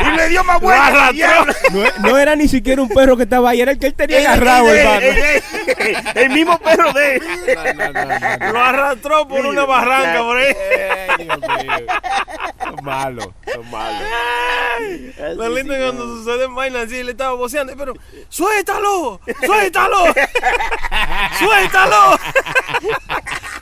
Speaker 5: y le dio más
Speaker 2: Lo
Speaker 5: vueltas.
Speaker 2: arrastró.
Speaker 5: que diablo.
Speaker 6: No, e- no era ni siquiera un perro que estaba ahí, era el que él tenía
Speaker 5: Ey,
Speaker 6: agarrado,
Speaker 5: ey,
Speaker 6: hermano.
Speaker 5: ey, ey, ey, El mismo perro de él.
Speaker 2: Lo arrastró por una barranca, por ahí.
Speaker 6: Ey, Dios mío. Son malos, son malos.
Speaker 2: Lo lindo es cuando sucede en vaina así, le estaba voceando, pero suéltalo, suéltalo, suéltalo.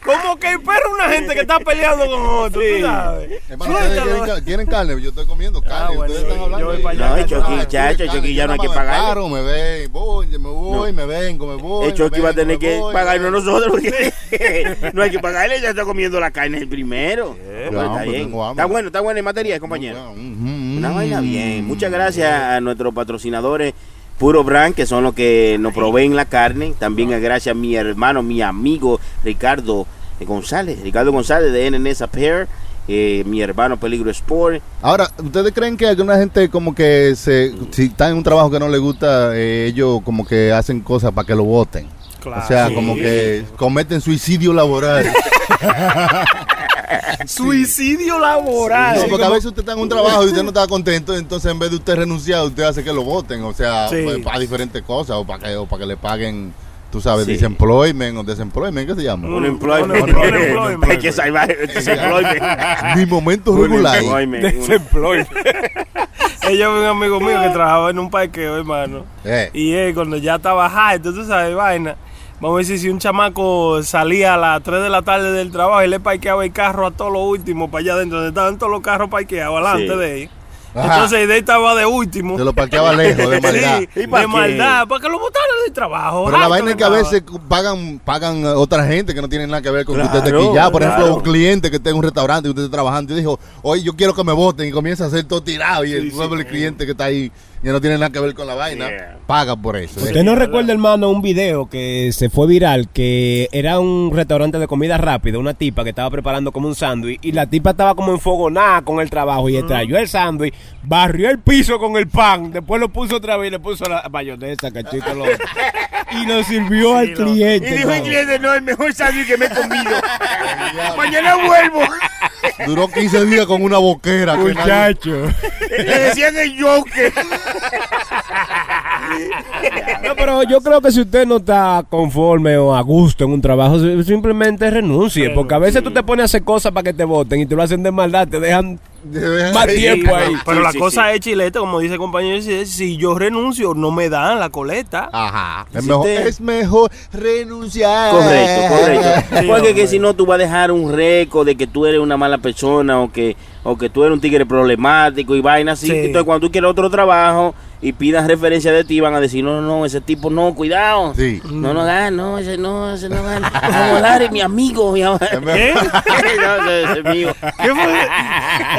Speaker 2: Como que el perro es una gente que está peleando con otro, tú sabes.
Speaker 4: Hermano, ¿ustedes quieren,
Speaker 2: Suéltalo. Ah,
Speaker 4: ca- quieren carne? Yo estoy comiendo carne.
Speaker 2: bueno,
Speaker 4: ustedes están
Speaker 2: yo-
Speaker 4: hablando
Speaker 2: yo voy
Speaker 4: de-
Speaker 2: para allá.
Speaker 5: No,
Speaker 2: Ay,
Speaker 5: Chucky,
Speaker 4: Ah,
Speaker 5: ya,
Speaker 4: quieren
Speaker 5: Chucky,
Speaker 4: carne.
Speaker 5: ya no hay
Speaker 4: Yo
Speaker 5: que
Speaker 4: nada más me
Speaker 5: pagarle.
Speaker 4: paro, me ven, voy, me voy, me vengo, me voy.
Speaker 5: El Chucky
Speaker 4: me
Speaker 5: va a
Speaker 4: vengo,
Speaker 5: tener
Speaker 4: me
Speaker 5: que
Speaker 4: voy, me
Speaker 5: pagarnos
Speaker 4: vengo.
Speaker 5: nosotros porque [LAUGHS] no hay que pagarle, ya está comiendo la carne el primero. Pero
Speaker 4: Ya,
Speaker 5: está,
Speaker 4: pues,
Speaker 5: bien.
Speaker 4: tengo hambre.
Speaker 5: está bueno, está buena en materia, compañero.
Speaker 4: Mm, mm,
Speaker 5: Una vaina
Speaker 4: mm.
Speaker 5: bien. Muchas gracias a nuestros patrocinadores Puro Brand, que son los que nos proveen la carne. También gracias a mi hermano, mi amigo Ricardo eh, González. Ricardo González de NNS Pair. eh, mi hermano Peligro Sport.
Speaker 4: Ahora, ¿ustedes creen que alguna gente como que se, si están en un trabajo que no les gusta, eh, ellos como que hacen cosas para que lo voten?
Speaker 2: Claro.
Speaker 4: o sea,
Speaker 5: Sí.
Speaker 4: como que cometen
Speaker 2: [LAUGHS]
Speaker 4: suicidio laboral.
Speaker 2: Suicidio laboral.
Speaker 4: No, porque a veces usted está en un trabajo y usted no está contento, entonces en vez de usted renunciar, usted hace que lo voten, o sea,
Speaker 2: Sí.
Speaker 4: pues, para diferentes cosas, o para que, o para que le paguen, tú sabes,
Speaker 5: Sí.
Speaker 4: disemployment o desemployment, ¿qué se llama?
Speaker 5: Un
Speaker 2: Un employment.
Speaker 5: [LAUGHS] Hay que salvar el employment.
Speaker 4: Mi momento
Speaker 5: Un
Speaker 4: regular.
Speaker 5: employment.
Speaker 6: Desemploy.
Speaker 2: Ella un amigo mío
Speaker 5: [LAUGHS]
Speaker 2: que trabajaba en un parqueo, hermano.
Speaker 4: Eh,
Speaker 2: Y él, cuando ya estaba high, entonces, ¿sabes? Vaina. Vamos a decir, si un chamaco salía a las 3 de la tarde del trabajo y le parqueaba el carro a todo lo último para allá adentro, donde estaban todos los carros parqueados alante
Speaker 5: Sí.
Speaker 2: de él.
Speaker 4: Ajá.
Speaker 2: Entonces, él estaba de último.
Speaker 4: se lo parqueaba lejos, de maldad.
Speaker 2: [LAUGHS] Sí,
Speaker 5: ¿Y para
Speaker 2: de
Speaker 5: qué?
Speaker 2: maldad, para que lo botaran del trabajo.
Speaker 4: Pero la
Speaker 2: harto
Speaker 4: vaina
Speaker 2: le
Speaker 4: es que a
Speaker 2: daba.
Speaker 4: veces pagan, pagan a otra gente que no tiene nada que ver con que usted esté
Speaker 5: Claro,
Speaker 4: aquí ya. Por ejemplo,
Speaker 5: claro.
Speaker 4: un cliente que esté en un restaurante y usted está trabajando y dijo, oye, yo quiero que me voten y comienza a hacer todo tirado y el pueblo, el cliente que está ahí ya no tiene nada que ver con la vaina,
Speaker 5: Yeah.
Speaker 4: paga por eso. ¿eh?
Speaker 6: ¿Usted no recuerda, hermano, un video que se fue viral, que era un restaurante de comida rápida, una tipa que estaba preparando como un sándwich, y la tipa estaba como enfogonada con el trabajo, y extrayó el sándwich, barrió el piso con el pan, después lo puso otra vez y le puso la mayonesa, cachito, lo
Speaker 5: [LAUGHS]
Speaker 6: otro, y lo sirvió al
Speaker 2: loco.
Speaker 5: Y
Speaker 6: cliente.
Speaker 5: dijo el
Speaker 6: hermano.
Speaker 5: cliente, no, el mejor sándwich que me
Speaker 4: [LAUGHS]
Speaker 5: he comido. Mañana vuelvo.
Speaker 4: Duró 15 días con una boquera. que nadie- [LAUGHS]
Speaker 6: Muchacho.
Speaker 5: Le decían el Joker.
Speaker 6: No, pero yo creo que si usted no está conforme o a gusto en un trabajo, si- simplemente renuncie.
Speaker 2: Bueno,
Speaker 6: porque a veces tú te pones a hacer cosas para que te voten y te lo hacen de maldad, te dejan Más tiempo ahí.
Speaker 2: Pero
Speaker 5: Sí,
Speaker 2: la
Speaker 5: sí,
Speaker 2: cosa es chilete, como dice el compañero, si, si yo renuncio, no me dan la coleta.
Speaker 4: Ajá. Es
Speaker 5: Si
Speaker 4: mejor,
Speaker 5: usted-
Speaker 4: es mejor renunciar.
Speaker 5: Correcto, correcto.
Speaker 2: Eh. [LAUGHS] Sí,
Speaker 5: Porque
Speaker 2: hombre.
Speaker 5: que si no, tú vas a dejar un récord de que tú eres una mala persona o que, o que tú eres un tigre problemático y vaina así.
Speaker 2: Sí.
Speaker 5: Entonces, cuando tú quieres otro trabajo y pidas referencia de ti, van a decir, no, no, ese tipo no, cuidado.
Speaker 4: Sí.
Speaker 5: No, no da, no, ese no, ese no da. Como Larry, mi amigo, mi am-
Speaker 4: Es mejor-
Speaker 2: ¿Qué?
Speaker 5: [LAUGHS] No, ese- ese es mío.
Speaker 2: ¿Qué fue?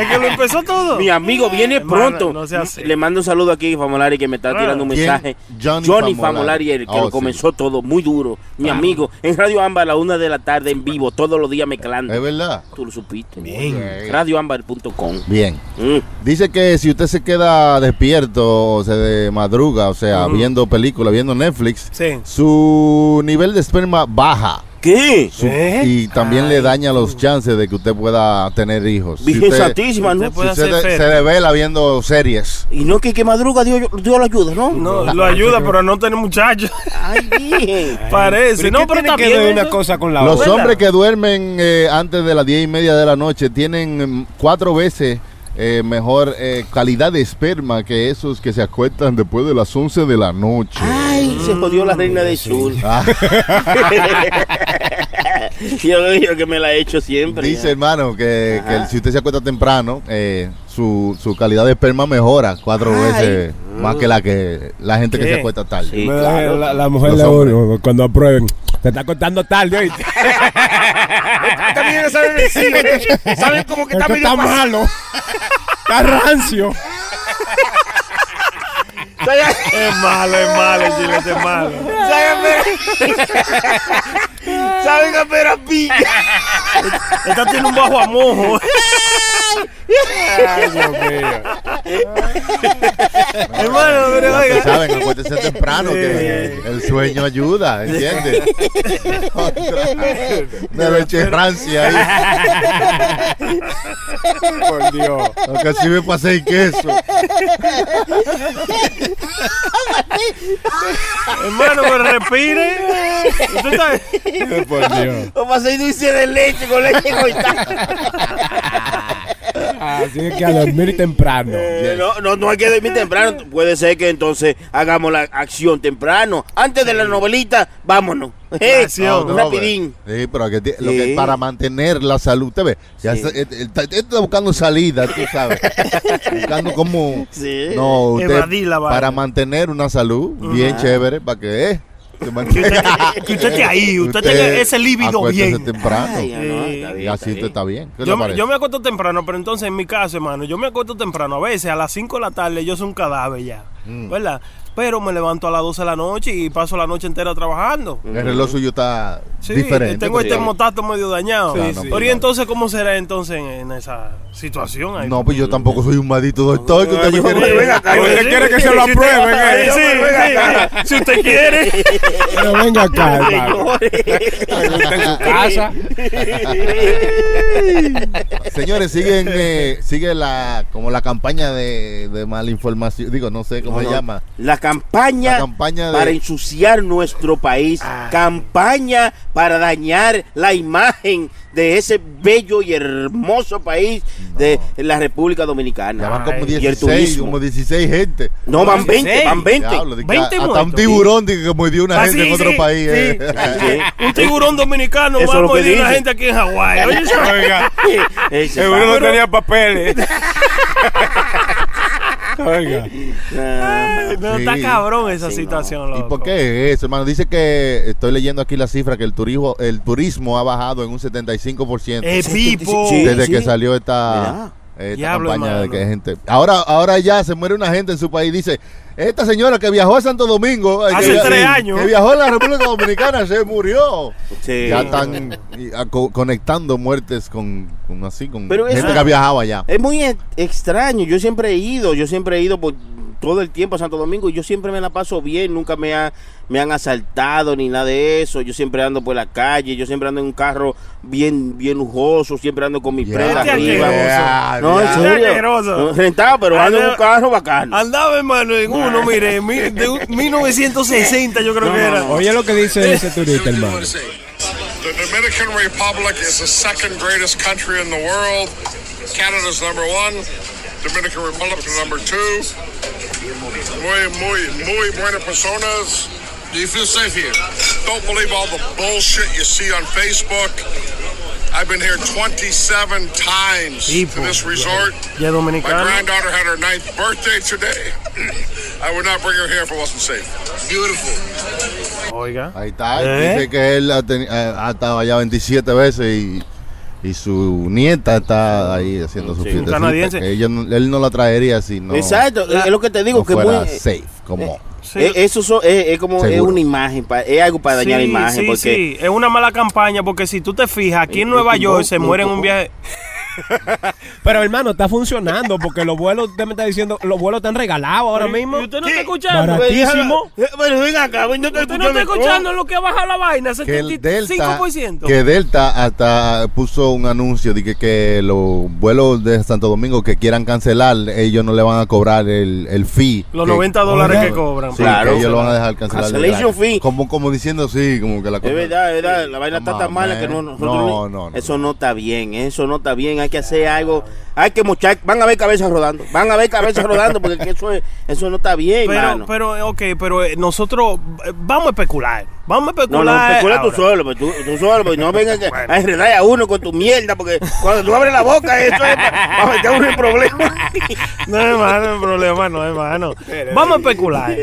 Speaker 2: Es que lo empezó todo.
Speaker 5: Mi amigo viene
Speaker 2: Hermano,
Speaker 5: pronto.
Speaker 2: no sea así.
Speaker 5: Le mando un saludo aquí, Famolari, que me está
Speaker 2: Claro.
Speaker 5: tirando un
Speaker 4: ¿Quién?
Speaker 5: mensaje.
Speaker 4: Johnny Famolari.
Speaker 5: Johnny, Famolari, el que
Speaker 4: Oh,
Speaker 5: lo
Speaker 4: sí.
Speaker 5: comenzó todo, muy duro. Mi amigo, en Radio Ámbar a la una de la tarde en vivo, todos los días mezclando.
Speaker 4: Es verdad.
Speaker 5: Tú lo supiste.
Speaker 4: Ok.
Speaker 5: RadioAmbar.com.
Speaker 4: Bien.
Speaker 5: Mm.
Speaker 4: Dice que si usted se queda despierto, o se de madruga, o sea, viendo películas, viendo Netflix,
Speaker 2: Sí.
Speaker 4: su nivel de esperma baja.
Speaker 5: ¿Qué?
Speaker 4: Su-
Speaker 2: ¿Eh?
Speaker 4: Y también le daña los chances de que usted pueda tener hijos. Si
Speaker 5: Virgen
Speaker 4: usted,
Speaker 5: Santísima,
Speaker 2: usted
Speaker 5: ¿no?
Speaker 4: si
Speaker 2: puede
Speaker 4: usted
Speaker 2: hacer
Speaker 4: de- se
Speaker 2: fértil.
Speaker 4: revela viendo series.
Speaker 5: Y no que que madruga, Dios, Dios lo ayuda, ¿no?
Speaker 2: No, lo ayuda, pero no tiene muchachos.
Speaker 5: Ay, bien.
Speaker 2: [LAUGHS] Parece. No, pero
Speaker 6: tiene
Speaker 2: está
Speaker 6: que ver
Speaker 2: bien.
Speaker 6: una
Speaker 2: ¿no?
Speaker 6: cosa con la
Speaker 4: Los
Speaker 6: otra?
Speaker 4: hombres que duermen eh, antes de las diez y media de la noche tienen mm, cuatro veces eh, mejor eh, calidad de esperma que esos que se acuestan después de las 11 de la noche.
Speaker 5: Ay, se jodió la reina del sur.
Speaker 4: Ah,
Speaker 5: [LAUGHS] yo, yo que me la he hecho siempre.
Speaker 4: dice
Speaker 5: ya.
Speaker 4: hermano que, que
Speaker 5: Ajá.
Speaker 4: si usted se acuesta temprano, eh, su, su calidad de esperma mejora cuatro
Speaker 5: Ay.
Speaker 4: veces más que la que la gente que
Speaker 2: ¿Qué?
Speaker 4: se acuesta tarde.
Speaker 5: Sí,
Speaker 6: Me da-
Speaker 5: claro.
Speaker 6: la, la mujer
Speaker 4: Los
Speaker 6: de
Speaker 4: hombres.
Speaker 6: uno, cuando aprueben. Te está contando tarde, [LAUGHS] ¿oíste?
Speaker 7: También saben decir, saben como que está
Speaker 6: Esto
Speaker 7: medio
Speaker 6: está [LAUGHS]
Speaker 7: pasado.
Speaker 6: malo. Está rancio.
Speaker 2: Es malo, es malo, el chilete es malo.
Speaker 7: Saben a ver a piña.
Speaker 2: Esta tiene un bajo a mojo. Hermano, pero
Speaker 4: Ya que
Speaker 2: oiga.
Speaker 4: saben, acuéstense temprano, que el sueño
Speaker 6: [LAUGHS]
Speaker 4: ayuda, ¿entiendes? Una leche rancia ahí,
Speaker 6: Por Dios.
Speaker 4: lo que sirve para hacer queso.
Speaker 2: Hermano, pero
Speaker 4: [LAUGHS]
Speaker 2: respire. Usted está-
Speaker 6: Por Dios.
Speaker 5: O pasé y hice de leche con leche coitada.
Speaker 6: Así es que a dormir temprano.
Speaker 5: Eh, No, no, no hay que dormir temprano. Puede ser que entonces hagamos la acción temprano. Antes de la novelita, vámonos. Eh,
Speaker 2: acción.
Speaker 4: No,
Speaker 5: rapidín.
Speaker 4: pero- Sí, pero que ti- lo que
Speaker 5: Sí.
Speaker 4: para mantener la salud, te ves. Ya
Speaker 5: Sí.
Speaker 4: se- él- él está, él está buscando salida, tú sabes. buscando como
Speaker 5: Sí.
Speaker 4: no, usted-
Speaker 2: Evadir la vaina.
Speaker 4: para mantener una salud bien chévere, para que eh, se
Speaker 2: Que
Speaker 4: mantenga.
Speaker 2: usted- que usted esté ahí, usted tenga ese líbido
Speaker 4: acuéstese
Speaker 2: bien.
Speaker 4: temprano.
Speaker 5: Ay, ya no,
Speaker 2: Sí.
Speaker 5: está
Speaker 4: y
Speaker 5: bien,
Speaker 4: así usted está bien. ¿Qué le
Speaker 2: Yo, me-
Speaker 4: parece?
Speaker 2: yo me acuesto temprano, pero entonces en mi caso, hermano, yo me acuesto temprano. A veces a las 5 de la tarde yo soy un cadáver ya,
Speaker 4: Mm.
Speaker 2: ¿verdad? Pero me levanto a las 12 de la noche y paso la noche entera trabajando.
Speaker 4: El reloj suyo está
Speaker 2: Sí,
Speaker 4: diferente.
Speaker 2: tengo este
Speaker 4: porque-
Speaker 2: motato medio dañado.
Speaker 4: Sí,
Speaker 2: Sí,
Speaker 4: sí.
Speaker 2: sí. Pero ¿y entonces cómo será entonces en, en esa situación? ahí?
Speaker 4: No, pues yo tampoco soy un maldito doctor que usted me quiere-
Speaker 6: Usted quiere que se lo aprueben,
Speaker 2: Sí,
Speaker 6: eh.
Speaker 2: sí, sí, si usted quiere. eh.
Speaker 6: Pero venga acá, hermano. Está en su casa.
Speaker 4: Señores, siguen, eh, sigue la como la campaña de, de malinformación. Digo, no sé cómo se
Speaker 5: No, no.
Speaker 4: llama.
Speaker 5: La campaña,
Speaker 4: La campaña de- Ah,
Speaker 5: para ensuciar nuestro país, campaña para dañar la imagen de ese bello y hermoso país de la República Dominicana.
Speaker 4: Ya van como
Speaker 5: y el
Speaker 4: 16,
Speaker 5: turismo.
Speaker 4: como 16 gente.
Speaker 5: No, van 20,
Speaker 2: 16.
Speaker 5: van 20.
Speaker 4: Diablo, de que
Speaker 2: 20
Speaker 4: hasta un
Speaker 2: muertos.
Speaker 4: tiburón de que mordió una
Speaker 2: Ah,
Speaker 4: gente
Speaker 2: sí,
Speaker 4: en otro
Speaker 2: sí,
Speaker 4: país.
Speaker 2: sí.
Speaker 4: [LAUGHS] eh.
Speaker 2: [LAUGHS] Un tiburón dominicano
Speaker 5: Eso
Speaker 2: va a
Speaker 5: es lo que
Speaker 2: morir una
Speaker 5: dice.
Speaker 2: gente aquí en
Speaker 5: [LAUGHS]
Speaker 2: Hawái. Oye, eso-
Speaker 6: Oiga,
Speaker 5: Ese
Speaker 6: seguro
Speaker 5: va.
Speaker 6: no tenía papeles. Oiga.
Speaker 5: Ah,
Speaker 2: no,
Speaker 4: Sí.
Speaker 2: está cabrón esa
Speaker 5: Sí, no.
Speaker 2: situación,
Speaker 4: ¿Y
Speaker 2: loco.
Speaker 4: por qué eso, hermano? Dice que estoy leyendo aquí la cifra que el turismo, el turismo ha bajado en un 75%
Speaker 2: Eh, Pipo.
Speaker 5: Sí,
Speaker 4: desde
Speaker 5: sí.
Speaker 4: que salió esta, esta
Speaker 2: Diablo,
Speaker 4: campaña de
Speaker 2: hermano.
Speaker 4: que gente. Ahora, ahora ya se muere una gente en su país. Dice, esta señora que viajó a Santo Domingo, eh,
Speaker 2: Hace
Speaker 4: que, via-
Speaker 2: tres años.
Speaker 4: que viajó a la República Dominicana, se murió.
Speaker 5: sí.
Speaker 4: Ya están y, a, co- conectando muertes con, con así, con
Speaker 5: Pero
Speaker 4: gente
Speaker 5: esa-
Speaker 4: que ha viajado allá.
Speaker 5: Es muy e- extraño. Yo siempre he ido, yo siempre he ido por todo el tiempo a Santo Domingo y yo siempre me la paso bien. Nunca me, ha- me han asaltado ni nada de eso. Yo siempre ando por la calle, yo siempre ando en un carro bien, bien lujoso, siempre ando con mis
Speaker 4: Ya,
Speaker 5: prendas
Speaker 2: Qué
Speaker 5: arriba.
Speaker 4: asqueroso.
Speaker 5: este No, en
Speaker 2: Qué
Speaker 5: serio.
Speaker 2: asqueroso.
Speaker 5: No, Rentado, pero ando en un carro bacano.
Speaker 2: Andaba, hermano, en uno, mire, en mil- de un- 1960 yo creo que era.
Speaker 6: Oye lo que dice ese turista, hermano.
Speaker 9: The Dominican Republic is the second greatest country in the world. Canada's number one, Dominican Republic number two. Muy, muy, muy buenas personas. Do you feel safe here? Don't believe all the bullshit you see on Facebook. I've been here 27 times to
Speaker 2: People.
Speaker 9: this resort.
Speaker 2: Y es
Speaker 9: My
Speaker 2: dominicano.
Speaker 9: granddaughter had her ninth birthday today. [CLEARS THROAT] I would not bring her here if it wasn't safe. Beautiful.
Speaker 2: Oiga.
Speaker 4: Ahí está.
Speaker 2: ¿Eh?
Speaker 4: Dice que él ha, teni- eh, ha- ha estado allá 27 veces y, y su nieta está ahí haciendo su
Speaker 5: Sí.
Speaker 4: fiesta.
Speaker 2: Canadiense.
Speaker 4: Que ella no- él no la traería si no,
Speaker 5: Exacto,
Speaker 2: La-
Speaker 5: es lo que te digo,
Speaker 4: no
Speaker 5: que
Speaker 4: fuera
Speaker 5: muy-
Speaker 2: eh,
Speaker 4: safe. Como,
Speaker 2: Sí.
Speaker 5: eh, eso so- es, es como es
Speaker 4: Seguro.
Speaker 5: una imagen, pa- es algo para dañar la
Speaker 2: Sí,
Speaker 5: imagen,
Speaker 2: sí,
Speaker 5: porque
Speaker 2: sí, es una mala campaña porque si tú te fijas, aquí en
Speaker 5: Eh,
Speaker 2: Nueva
Speaker 5: eh,
Speaker 2: York
Speaker 5: no,
Speaker 2: se
Speaker 5: no,
Speaker 2: mueren
Speaker 5: no.
Speaker 2: un viaje.
Speaker 6: Pero hermano, está funcionando porque los vuelos, usted me está diciendo, los vuelos están regalados ahora mismo.
Speaker 2: ¿Y usted no está escuchando?
Speaker 6: Baratísimo.
Speaker 2: Eh,
Speaker 5: Pero ven acá, ven acá,
Speaker 2: ¿Usted no está escuchando lo que ha bajado la vaina?
Speaker 4: que el Delta,
Speaker 2: 75%.
Speaker 4: que Delta hasta puso un anuncio de que, que los vuelos de Santo Domingo que quieran cancelar, ellos no le van a cobrar el, el fee.
Speaker 2: Los
Speaker 4: que-
Speaker 2: 90 dólares que
Speaker 4: Sí,
Speaker 2: cobran.
Speaker 4: que
Speaker 5: Claro.
Speaker 4: ellos lo van a dejar cancelar. de
Speaker 5: Cancellation
Speaker 4: gratis.
Speaker 5: fee.
Speaker 4: Como, como diciendo, sí, como que la
Speaker 5: Es
Speaker 4: cosa-
Speaker 5: verdad, es verdad, la vaina está
Speaker 4: Vamos
Speaker 5: tan
Speaker 4: a
Speaker 5: mala
Speaker 4: ver.
Speaker 5: que no, nosotros
Speaker 4: No,
Speaker 5: no,
Speaker 4: no, no.
Speaker 5: Eso no está bien, eso no está bien, hay que hacer algo, hay que mochar, van a ver cabezas rodando, van a ver cabezas rodando, porque que eso, es- eso no está bien,
Speaker 2: Pero,
Speaker 5: mano.
Speaker 2: pero, eh, ok, pero eh, nosotros eh, vamos a especular. Vamos a
Speaker 5: no,
Speaker 2: especular.
Speaker 5: no, especula tú
Speaker 2: ahora.
Speaker 5: solo, pues, tú, tú solo, pues, no vengas que- a enredar a uno con tu mierda, porque cuando tú abres la boca, eso es para meter a uno en problemas.
Speaker 2: [LAUGHS] No, hermano, el problema no, hermano. Vamos a especular.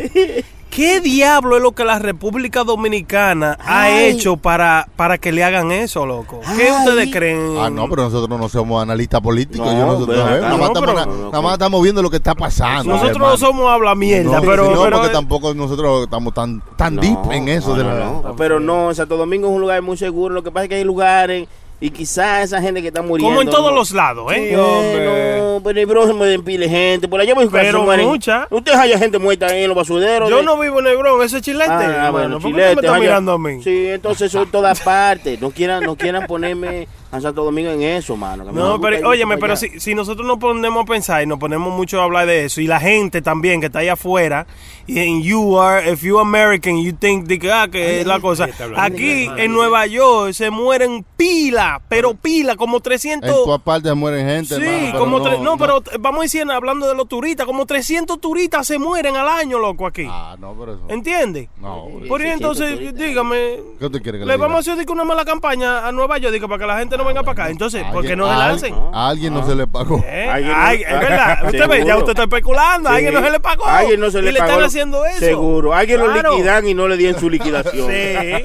Speaker 2: ¿Qué diablo es lo que la República Dominicana ha
Speaker 5: Ay.
Speaker 2: hecho para, para que le hagan eso, loco? ¿Qué
Speaker 5: Ay.
Speaker 2: ustedes creen?
Speaker 4: Ah, no, pero nosotros no somos analistas políticos.
Speaker 5: No,
Speaker 4: yo nosotros
Speaker 5: ven
Speaker 4: no
Speaker 5: acá.
Speaker 4: vemos, nada, más
Speaker 2: No, pero-
Speaker 4: estamos, na- nada
Speaker 5: pues.
Speaker 4: más estamos viendo lo que está pasando.
Speaker 2: Nosotros
Speaker 4: hermano.
Speaker 2: no somos habla mierda,
Speaker 4: No,
Speaker 2: pero,
Speaker 4: no,
Speaker 2: pero
Speaker 4: porque
Speaker 2: eh,
Speaker 4: tampoco nosotros estamos tan, tan
Speaker 5: No,
Speaker 4: deep en eso.
Speaker 5: no,
Speaker 4: de
Speaker 5: no,
Speaker 4: la-
Speaker 5: no. Pero no, Santo Domingo es un lugar muy seguro, lo que pasa es que hay lugares y quizás esa gente que está muriendo.
Speaker 2: como en todos
Speaker 5: no-
Speaker 2: los lados, ¿eh?
Speaker 5: Eh, no, pero el próximo de pile gente. Por allá voy a buscar
Speaker 2: Pero
Speaker 5: si mueren.
Speaker 2: mucha.
Speaker 5: Usted haya gente muerta ahí en los basureros.
Speaker 2: Yo
Speaker 5: de-
Speaker 2: no vivo en Negrón, eso es chilete.
Speaker 5: Ah,
Speaker 2: hermano.
Speaker 5: bueno,
Speaker 2: ¿Por qué
Speaker 5: chilete,
Speaker 2: usted me está
Speaker 5: haya-
Speaker 2: mirando a mí?
Speaker 5: Sí, entonces eso en todas partes. No quieran, no quieran ponerme a Santo Domingo en eso, mano. que a mí me
Speaker 2: No,
Speaker 5: gusta ir
Speaker 2: pero óyeme,
Speaker 5: para
Speaker 2: pero
Speaker 5: allá.
Speaker 2: si, si nosotros nos ponemos a pensar y nos ponemos mucho a hablar de eso, y la gente también que está allá afuera, y en you are, if you American, you think de que, ah, que es la cosa. Aquí en Nueva York se mueren pila, pero pila, como
Speaker 4: En tu
Speaker 2: 300.
Speaker 4: parte mueren gente.
Speaker 2: Sí,
Speaker 4: hermano, pero
Speaker 2: como tres- no, pero t- vamos diciendo, hablando de los turistas, como 300 turistas se mueren al año, loco, aquí.
Speaker 4: Ah, no, pero eso.
Speaker 2: ¿Entiendes?
Speaker 4: No, güey.
Speaker 2: Por ahí
Speaker 5: 300
Speaker 2: entonces,
Speaker 5: turistas.
Speaker 2: dígame,
Speaker 4: ¿qué tú quieres que le,
Speaker 2: le
Speaker 4: diga?
Speaker 2: vamos a hacer digo, una mala campaña a Nueva York, digo, para que la gente no venga para acá. Entonces, ¿por qué no
Speaker 4: Alguien- a
Speaker 2: relancen?
Speaker 4: alguien- A alguien no se le pagó.
Speaker 2: ¿Eh?
Speaker 5: Alguien no-
Speaker 2: Ay, es
Speaker 5: [LAUGHS]
Speaker 2: verdad. Usted ve, ya
Speaker 5: Seguro.
Speaker 2: usted está especulando. A alguien
Speaker 5: Sí.
Speaker 2: no se le pagó.
Speaker 5: A alguien no se le
Speaker 2: y le
Speaker 5: pagó.
Speaker 2: están haciendo eso.
Speaker 5: Seguro. A Alguien lo
Speaker 2: Claro.
Speaker 5: liquidan y no le dieron su liquidación.
Speaker 2: Sí.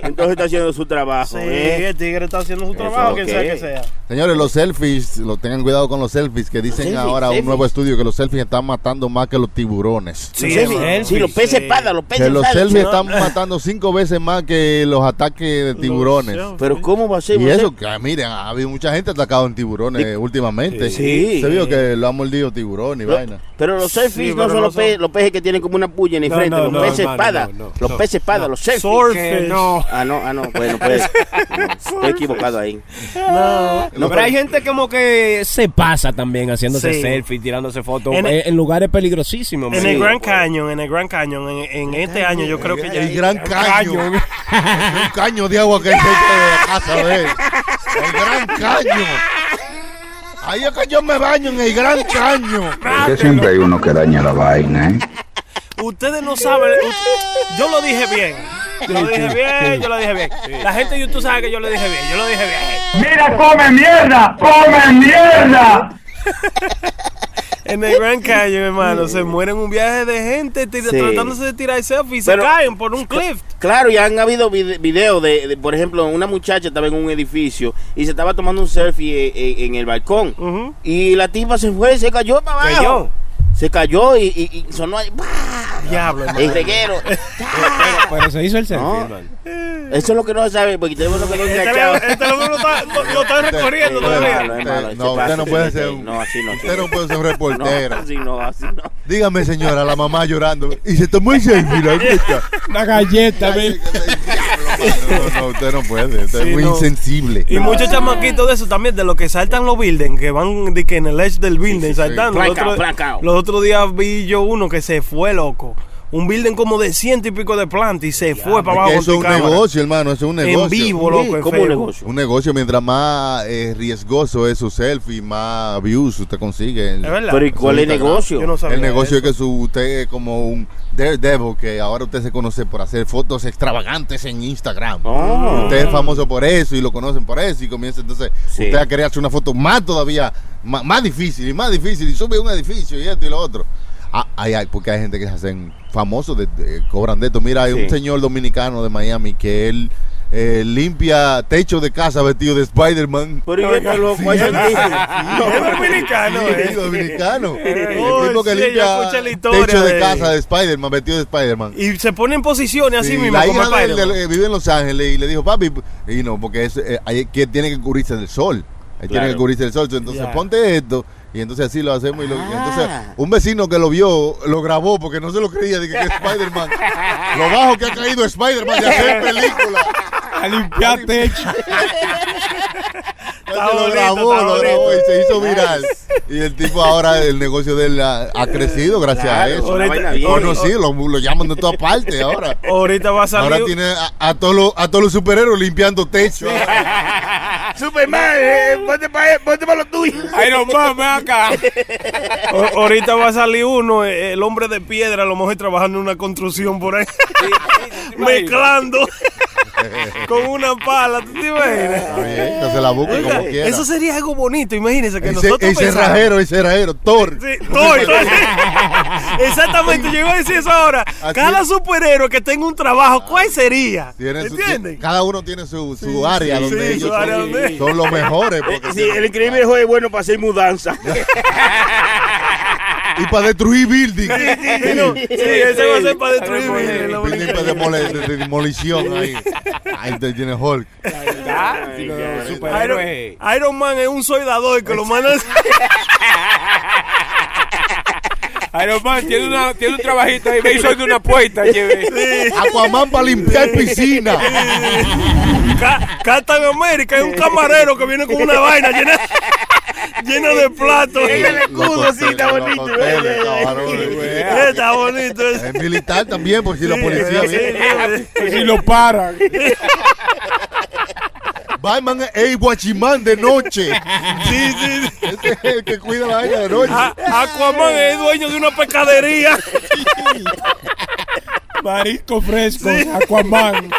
Speaker 5: Entonces está haciendo su trabajo.
Speaker 2: Sí,
Speaker 5: ¿eh?
Speaker 2: el tigre está haciendo su
Speaker 5: Eso
Speaker 2: trabajo,
Speaker 5: lo
Speaker 2: quien
Speaker 5: que
Speaker 2: sea que
Speaker 5: es.
Speaker 2: sea.
Speaker 4: Señores, los selfies, lo tengan cuidado con los selfies, que dicen
Speaker 5: selfies,
Speaker 4: ahora un
Speaker 5: selfies.
Speaker 4: nuevo estudio que los selfies están matando más que los tiburones.
Speaker 5: Sí, sí, sí, los peces espada, los peces
Speaker 4: Que los
Speaker 5: sal.
Speaker 4: selfies están matando cinco veces más que los ataques de tiburones.
Speaker 5: Pero ¿cómo va a ser?
Speaker 4: Y
Speaker 5: Va a ser-
Speaker 4: eso, que ah, miren, ha habido mucha gente atacada en tiburones últimamente.
Speaker 5: Sí.
Speaker 4: Se vio que lo han mordido tiburón y
Speaker 5: Lo-
Speaker 4: vaina.
Speaker 5: Pero los selfies
Speaker 2: Sí,
Speaker 5: no
Speaker 2: pero
Speaker 5: son
Speaker 2: no
Speaker 5: los,
Speaker 2: son-
Speaker 5: peces, los peces que tienen como una puya en el
Speaker 6: No,
Speaker 5: frente,
Speaker 6: no,
Speaker 5: los
Speaker 6: no,
Speaker 5: peces
Speaker 6: hermano,
Speaker 5: espada,
Speaker 6: no, no,
Speaker 5: los
Speaker 6: no.
Speaker 5: peces espada, los selfies.
Speaker 2: Surfers.
Speaker 6: no.
Speaker 5: Ah, no, ah, no, bueno, pues no, estoy equivocado ahí.
Speaker 6: No, pero hay gente como que se pasa también haciéndose
Speaker 2: Sí.
Speaker 6: selfies, tirándose fotos
Speaker 2: En
Speaker 6: en,
Speaker 2: el-
Speaker 6: en lugares peligrosísimos.
Speaker 2: En
Speaker 6: man.
Speaker 2: el
Speaker 5: Sí,
Speaker 2: Grand
Speaker 5: pues.
Speaker 2: Canyon, en el Grand Canyon, en, en este año yo creo que ya.
Speaker 4: El gran caño. un caño de agua que hay cerca de la casa de él. El gran caño. Ahí es que yo me baño en el gran caño.
Speaker 8: Porque siempre hay uno que daña la vaina, ¿eh?
Speaker 2: Ustedes no saben. u- Yo lo dije bien. Yo lo dije bien, yo lo dije bien. La gente de YouTube sabe que yo lo dije bien. Yo lo dije bien.
Speaker 8: ¡Mira, come mierda! ¡Come mierda!
Speaker 2: En el Grand Canyon, hermano, se mueren un viaje de gente tira-
Speaker 5: Sí.
Speaker 2: tratándose de tirar selfies y
Speaker 5: Pero-
Speaker 2: se caen por un
Speaker 4: [LAUGHS]
Speaker 2: cliff.
Speaker 5: Claro, ya han habido vide- videos de, de, por ejemplo, una muchacha estaba en un edificio y se estaba tomando un selfie eh, eh, en el balcón
Speaker 2: Ujú.
Speaker 5: y la tipa se fue, se cayó para abajo.
Speaker 2: Cayó.
Speaker 5: Se cayó y, y- y sonó ahí, ¡pah!
Speaker 2: Diablo, hermano. [LAUGHS]
Speaker 5: el reguero.
Speaker 6: Pero se hizo el selfie,
Speaker 5: No.
Speaker 6: hermano.
Speaker 5: Eso es lo que no se sabe porque tenemos lo que no
Speaker 2: Este lo-
Speaker 5: enganchado.
Speaker 2: este lo, lo está, lo- lo está recorriendo
Speaker 5: Eh, es
Speaker 2: todavía.
Speaker 5: malo, es
Speaker 4: Eh, no,
Speaker 5: malo, se pasa.
Speaker 4: usted no puede ser
Speaker 5: Eh,
Speaker 4: un-
Speaker 5: No, así no.
Speaker 4: Usted no puede ser un
Speaker 5: Ah, No,
Speaker 4: reportero.
Speaker 5: así no, así no.
Speaker 4: Dígame, señora, la mamá llorando. Y se tomó el selfie, la fiesta.
Speaker 6: Una galleta,
Speaker 4: Ay,
Speaker 6: man.
Speaker 4: que se- No, no, no, usted no puede. Usted
Speaker 2: Sí,
Speaker 4: es muy
Speaker 2: no.
Speaker 4: insensible.
Speaker 2: Y muchos chamaquitos de eso también, de los que saltan los buildings, que van de que en el edge del building saltando.
Speaker 5: Blackout,
Speaker 2: Los otros-
Speaker 5: blackout.
Speaker 2: los otros días vi yo uno que se fue loco. un building como de ciento y pico de plantas y se fue para
Speaker 4: Es
Speaker 2: abajo.
Speaker 4: que
Speaker 2: con
Speaker 4: eso es
Speaker 2: tu
Speaker 4: un
Speaker 2: cámara.
Speaker 4: negocio, hermano, eso es un
Speaker 2: En
Speaker 4: negocio.
Speaker 2: vivo, loco, en
Speaker 5: ¿Cómo
Speaker 2: Facebook.
Speaker 5: negocio?
Speaker 4: Un negocio, mientras más eh, riesgoso es su selfie, más views usted consigue.
Speaker 2: Es verdad.
Speaker 5: Pero ¿y cuál es el
Speaker 4: Instagram.
Speaker 5: negocio?
Speaker 2: Yo no sabía
Speaker 4: El negocio
Speaker 2: eso.
Speaker 4: es que su, usted es como un daredevil, que ahora usted se conoce por hacer fotos extravagantes en Instagram.
Speaker 5: Ah.
Speaker 4: Usted es famoso por eso y lo conocen por eso y comienza entonces
Speaker 5: Sí.
Speaker 4: usted a querer hacer una foto más todavía, más, más difícil y más difícil y sube un edificio y esto y lo otro. Ah, ay, ay, porque hay gente que se hacen famosos, de, de- cobran de esto. Mira, hay
Speaker 5: Sí.
Speaker 4: un señor dominicano de Miami que él eh, limpia techo de casa vestido de Spider-Man.
Speaker 5: Pero yo estoy loco,
Speaker 4: [LAUGHS]
Speaker 5: hay
Speaker 2: Es dominicano, eh.
Speaker 4: Sí,
Speaker 2: [LAUGHS]
Speaker 4: dominicano.
Speaker 2: Oh,
Speaker 4: el tipo que
Speaker 2: sí, yo escuché
Speaker 4: limpia
Speaker 2: la historia
Speaker 4: techo de,
Speaker 2: de-
Speaker 4: casa de Spider-Man, vestido de Spider-Man.
Speaker 2: Y se pone en posiciones así
Speaker 4: Sí,
Speaker 2: mismo.
Speaker 4: la
Speaker 2: como
Speaker 4: hija de él
Speaker 2: Spider-Man.
Speaker 4: eh, vive en Los Ángeles y le dijo, papi, y no, porque es, eh, hay- que tiene que cubrirse del sol. Él Tiene
Speaker 5: Claro.
Speaker 4: que cubrirse del sol. Entonces
Speaker 2: Ya.
Speaker 4: ponte esto. Y entonces así lo hacemos. Y lo-
Speaker 5: Ah.
Speaker 4: entonces un vecino que lo vio, lo grabó porque no se lo creía de que, que es Spider-Man.
Speaker 2: [LAUGHS]
Speaker 4: lo bajo que ha caído Spider-Man de hacer película.
Speaker 6: A limpiar techo.
Speaker 4: Entonces lo
Speaker 2: bonito,
Speaker 4: grabó,
Speaker 2: está
Speaker 4: lo
Speaker 2: bonito.
Speaker 4: grabó y se hizo viral. Y el tipo ahora, el negocio de él ha, ha crecido gracias a
Speaker 5: Claro,
Speaker 4: eso.
Speaker 5: una
Speaker 2: Ahorita-
Speaker 5: vaina bien.
Speaker 4: Bueno, sí, lo, lo llaman de todas
Speaker 2: [LAUGHS]
Speaker 4: partes ahora.
Speaker 2: Ahorita va a salir.
Speaker 4: Ahora tiene a, a todos los, a todos los superhéroes limpiando techo.
Speaker 1: Superman, eh, ponte para pa lo tuyo.
Speaker 6: Ay, no mames,
Speaker 2: [LAUGHS]
Speaker 6: acá.
Speaker 2: a- ahorita va a salir uno, eh, el hombre de piedra, a lo mejor trabajando en una construcción por ahí. Mezclando con una pala, ¿tú te imaginas?
Speaker 4: Está bien, que se la busque como quiera.
Speaker 2: Eso sería algo bonito, imagínense que
Speaker 4: Ese-
Speaker 2: nosotros
Speaker 4: ese
Speaker 2: pensamos-
Speaker 4: cerrajero, ese cerrajero, Thor.
Speaker 2: Sí, Thor, Thor.
Speaker 4: [LAUGHS]
Speaker 2: Exactamente, yo iba a decir eso ahora.
Speaker 4: Así
Speaker 2: Cada
Speaker 4: es.
Speaker 2: superhéroe que tenga un trabajo, ¿cuál sería?
Speaker 4: Tiene su-
Speaker 2: ¿Entienden?
Speaker 4: cada uno tiene su, su área
Speaker 2: sí,
Speaker 4: donde
Speaker 2: su
Speaker 4: ellos
Speaker 2: área
Speaker 4: son,
Speaker 2: donde-
Speaker 4: son los mejores. porque
Speaker 5: Sí, el increíble juego es bueno para hacer
Speaker 4: [LAUGHS]
Speaker 5: mudanza.
Speaker 4: Y para destruir building.
Speaker 2: Sí, no, sí, ese va a ser para destruir
Speaker 4: El
Speaker 2: building, lo
Speaker 4: building
Speaker 2: bonito.
Speaker 4: para demole- de, de demolición ahí. Ahí te tiene Hulk.
Speaker 2: Iron,
Speaker 6: Superhéroe.
Speaker 2: Iron Man es un soldador que lo [LAUGHS] manda
Speaker 6: Iron Man tiene, una, tiene un trabajito ahí. Me hizo de una puerta. [LAUGHS] Lleve.
Speaker 4: Aquaman para limpiar piscina.
Speaker 2: Ca- Captain America es un camarero que viene con una vaina llena, [LAUGHS] llena de platos.
Speaker 4: escudo, sí, está bonito.
Speaker 2: ¿eh? Está bonito. eso.
Speaker 4: Es militar también, por si la policía
Speaker 2: Sí,
Speaker 4: viene.
Speaker 2: sí, sí.
Speaker 6: Si lo paran.
Speaker 4: Batman es el guachimán de noche.
Speaker 2: Sí, sí, sí.
Speaker 4: Ese es el que cuida la vaina de noche.
Speaker 2: A- Aquaman es dueño de una pescadería.
Speaker 6: Marisco fresco. Aquaman.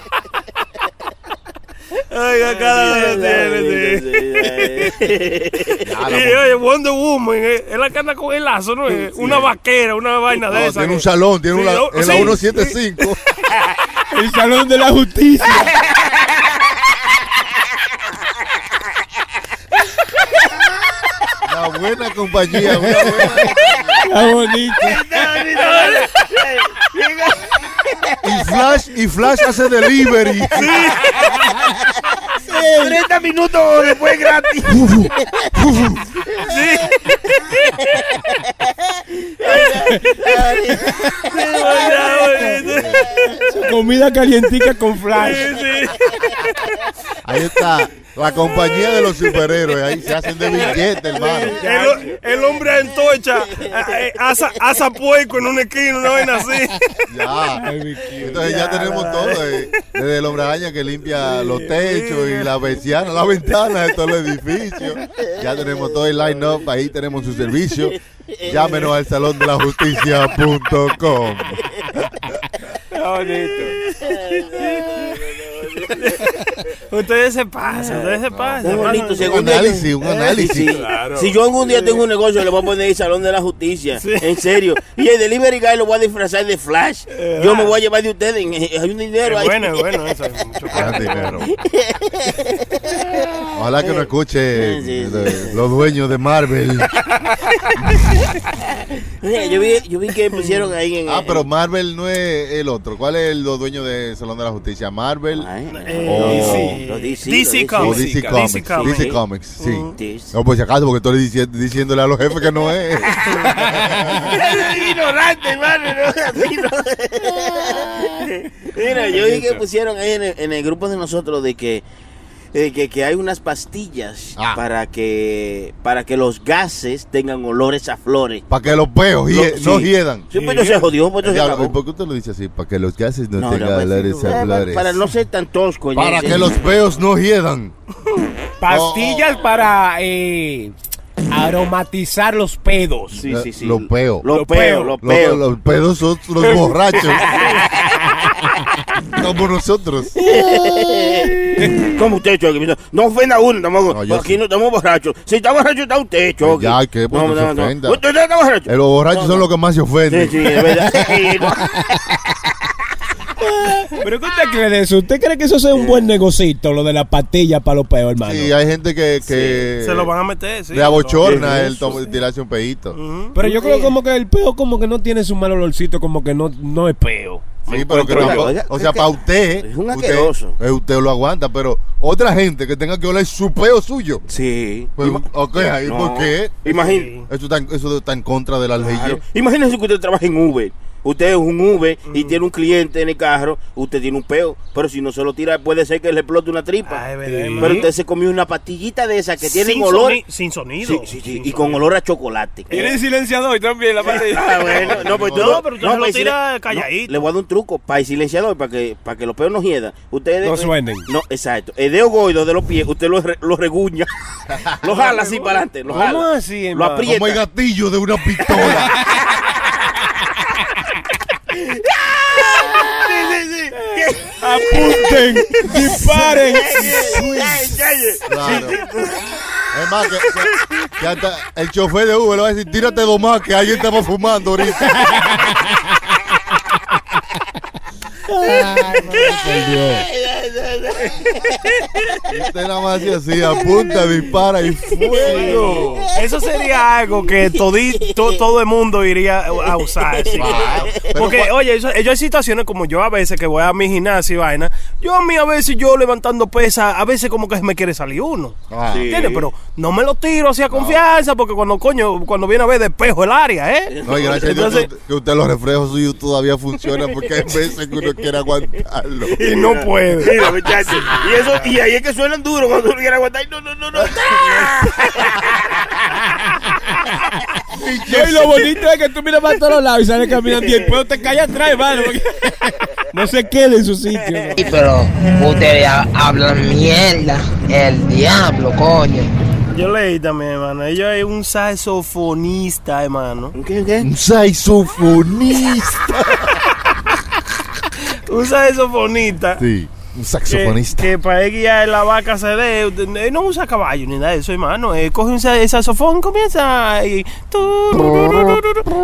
Speaker 2: Oiga, cada vez tiene, sí.
Speaker 4: Ya,
Speaker 2: Y,
Speaker 4: la
Speaker 2: oye, Wonder Woman, eh, es la que anda con el lazo, ¿no? Eh, una vaquera, una vaina de
Speaker 4: No,
Speaker 2: esa.
Speaker 4: tiene
Speaker 2: que-
Speaker 4: un salón, tiene
Speaker 2: Sí,
Speaker 4: una,
Speaker 2: no,
Speaker 4: en la
Speaker 2: sí,
Speaker 4: 175.
Speaker 6: El salón de la justicia.
Speaker 4: La buena compañía, una buena.
Speaker 2: [LAUGHS]
Speaker 6: La bonita.
Speaker 4: Y Flash, y Flash hace delivery.
Speaker 1: 30 minutos después gratis.
Speaker 2: Oiga, oye,
Speaker 6: Comida calientica con flash.
Speaker 2: sí,
Speaker 4: Ahí está, la compañía de los superhéroes. Ahí se hacen de billete, hermano.
Speaker 2: sí. El, el hombre en tocha eh, eh, asa, asa puerco en una esquina, una vaina así.
Speaker 4: Ya. Entonces ya tenemos todo. eh. Desde el hombre araña que limpia los techos y la ventana, la ventana de todos los edificios. Ya tenemos todo el line-up. Ahí tenemos su servicio. Llámenos al salón de la justicia.com.
Speaker 2: [LAUGHS] Ustedes se pasan, ustedes se pasan.
Speaker 5: Está
Speaker 2: se
Speaker 5: bonito,
Speaker 2: pasan.
Speaker 5: se-
Speaker 4: Un análisis, un análisis.
Speaker 5: Sí. Si yo algún día tengo un negocio, le voy a poner el Salón de la Justicia. En serio. Y el Delivery Guy lo voy a disfrazar de Flash. Yo me voy a llevar de ustedes. en- eh, Hay un dinero
Speaker 2: Es
Speaker 5: ahí.
Speaker 2: Eh, ah. bueno, es bueno eso. es mucho
Speaker 4: Gran dinero. Ojalá que no escuche
Speaker 5: Sí, sí, sí.
Speaker 4: eh, los dueños de Marvel.
Speaker 5: Mira, Eh, Yo vi, yo vi que pusieron ahí en.
Speaker 4: Ah, pero Marvel no es el otro. ¿Cuál es el los dueños de Salón de la Justicia? Marvel
Speaker 5: Ay, no.
Speaker 2: Eh,
Speaker 5: Los DC,
Speaker 2: DC
Speaker 5: los
Speaker 4: o
Speaker 2: Comics.
Speaker 4: DC,
Speaker 2: DC
Speaker 4: Comics.
Speaker 2: Comics.
Speaker 4: DC Comics, sí.
Speaker 5: DC.
Speaker 4: No, pues si acaso, porque tú eres dici- diciéndole a los jefes que no es.
Speaker 5: ignorante, hermano, no, así [LAUGHS] no. Mira, yo vi que pusieron ahí en el, en el grupo de nosotros de que eh, que, que hay unas pastillas
Speaker 4: Ah.
Speaker 5: para que para que los gases tengan olores a flores.
Speaker 4: Para que los peos
Speaker 5: Lo-
Speaker 4: hie-
Speaker 5: sí.
Speaker 4: no hiedan.
Speaker 5: Sí, pues, se jodió, pues, se
Speaker 4: Diablo,
Speaker 5: acabó.
Speaker 4: ¿y ¿Por qué usted lo dice así? Para que los gases no,
Speaker 5: No, no,
Speaker 4: tengan
Speaker 5: pues,
Speaker 4: olores
Speaker 5: sí,
Speaker 4: a
Speaker 5: para-
Speaker 4: flores.
Speaker 5: Para no ser tan tosco.
Speaker 4: Para
Speaker 5: ¿sí?
Speaker 4: que los peos no hiedan.
Speaker 6: Pastillas para eh, aromatizar los pedos.
Speaker 5: Sí, sí, sí.
Speaker 4: Lo peo.
Speaker 5: Lo peo, lo
Speaker 4: Los,
Speaker 5: peo.
Speaker 4: los pedos son
Speaker 5: [LAUGHS]
Speaker 4: los borrachos. Como nosotros.
Speaker 5: ¿Cómo usted, Chucky? No ofenda a uno, tampoco.
Speaker 4: No, yo
Speaker 5: Aquí
Speaker 4: sí.
Speaker 5: no estamos borrachos. Si está borracho, está usted, Chucky.
Speaker 4: ya, ¿qué? Pues, no se ofenda.
Speaker 5: Usted no está borracho.
Speaker 4: Eh, Los borrachos son los que más se
Speaker 5: Sí,
Speaker 4: ofenden.
Speaker 5: sí, es verdad.
Speaker 2: [LAUGHS]
Speaker 5: Sí, no.
Speaker 6: ¿Pero qué usted cree de eso? ¿Usted cree que eso sea un buen negocito, lo de la pastilla para los peos, hermano?
Speaker 4: Sí, hay gente que, que
Speaker 2: Se lo van a meter, sí.
Speaker 4: le abochorna
Speaker 5: Sí,
Speaker 4: el
Speaker 5: eso,
Speaker 4: tom- tirarse un peito.
Speaker 2: Ujú.
Speaker 6: Pero yo creo como que el peo como que no tiene su mal olorcito, como que no, no es peo.
Speaker 4: Sí, pero que
Speaker 5: Oiga,
Speaker 4: tampoco-
Speaker 5: oiga,
Speaker 4: o sea,
Speaker 5: que-
Speaker 4: para usted,
Speaker 5: es un
Speaker 4: usted,
Speaker 5: asqueroso.
Speaker 4: eh, usted lo aguanta, pero otra gente que tenga que oler su peo suyo.
Speaker 5: Sí.
Speaker 4: Pues, ok, ahí
Speaker 5: No.
Speaker 4: por qué?
Speaker 5: Imagín-
Speaker 4: Eso está, en- eso está en contra de las
Speaker 5: claro.
Speaker 4: leyes.
Speaker 5: Imagínese que usted trabaja en Uber. Usted es un Uber
Speaker 2: Mm.
Speaker 5: y tiene un cliente en el carro. Usted tiene un peo. Pero si no se lo tira, puede ser que le explote una tripa.
Speaker 2: Ay, Ah, verdad, hermano.
Speaker 5: pero usted se comió una pastillita de esas que
Speaker 2: Sin
Speaker 5: tienen olor.
Speaker 2: soni- sin sonido.
Speaker 5: Sí, sí, sí,
Speaker 2: Sin
Speaker 5: y con
Speaker 2: sonido.
Speaker 5: olor a chocolate.
Speaker 6: silenciador también la [LAUGHS]
Speaker 5: Ah, bueno, no, pues
Speaker 4: No,
Speaker 5: todo-
Speaker 2: pero usted se lo
Speaker 5: para el
Speaker 2: tira
Speaker 5: silen-
Speaker 2: calladito.
Speaker 5: no, le voy a dar un truco para el silenciador, para que, para que los peos no hiedan. Ustedes,
Speaker 6: No suenen.
Speaker 5: No, exacto. El dedo goido de los pies, usted lo, re- lo reguña. lo jala así para adelante. Lo
Speaker 6: ¿Cómo
Speaker 5: jala.
Speaker 6: así,
Speaker 5: Lo
Speaker 6: hermano?
Speaker 5: aprieta.
Speaker 4: Como el gatillo de una [LAUGHS] pistola.
Speaker 6: ¡Apunten! ¡Disparen!
Speaker 4: claro. Es más, que, que- que hasta el chofer de Uber le va a decir, tírate dos más que alguien estaba fumando ahorita. Y usted nada más hace así, apunta, dispara y fuego.
Speaker 2: Eso sería algo que todi- to- todo el mundo iría a usar. sí.
Speaker 4: pero
Speaker 2: Porque,
Speaker 4: cua-
Speaker 2: oye, eso- yo hay situaciones como yo a veces que voy a mi gimnasio y vaina. Yo a mí a veces yo levantando pesas, a veces como que me quiere salir uno.
Speaker 4: Ah,
Speaker 2: ¿Entiendes? Pero no me lo tiro hacia confianza porque cuando coño, cuando viene a ver despejo el área, ¿eh?
Speaker 4: No, y gracias a
Speaker 2: Entonces-
Speaker 4: Dios que, que usted los reflejos suyos todavía funcionan
Speaker 2: [LAUGHS]
Speaker 4: porque hay veces que uno quiere aguantarlo.
Speaker 2: Y no
Speaker 6: [LAUGHS]
Speaker 2: puede.
Speaker 5: Mira, muchachos. Y, eso, y ahí es que suenan duro cuando uno quiere aguantar. No, no, no, no.
Speaker 6: No, y lo bonito es que tú miras para todos lados y sales caminando y el pueblo te cae atrás, hermano. porque [LAUGHS] No se quede en su sitio. ¿no?
Speaker 7: Sí, pero ustedes ha- hablan mierda. El diablo, coño.
Speaker 2: Yo leí también, hermano. Ella es un saxofonista, hermano.
Speaker 5: ¿Qué, qué?
Speaker 4: Un
Speaker 2: [LAUGHS]
Speaker 4: saxofonista.
Speaker 2: Un saxofonista.
Speaker 4: Sí, un
Speaker 2: que,
Speaker 4: saxofonista.
Speaker 2: que para él guiar la vaca se dé, usted- él no usa caballo ni nada de eso, hermano. Él coge un sa- el saxofón, comienza y,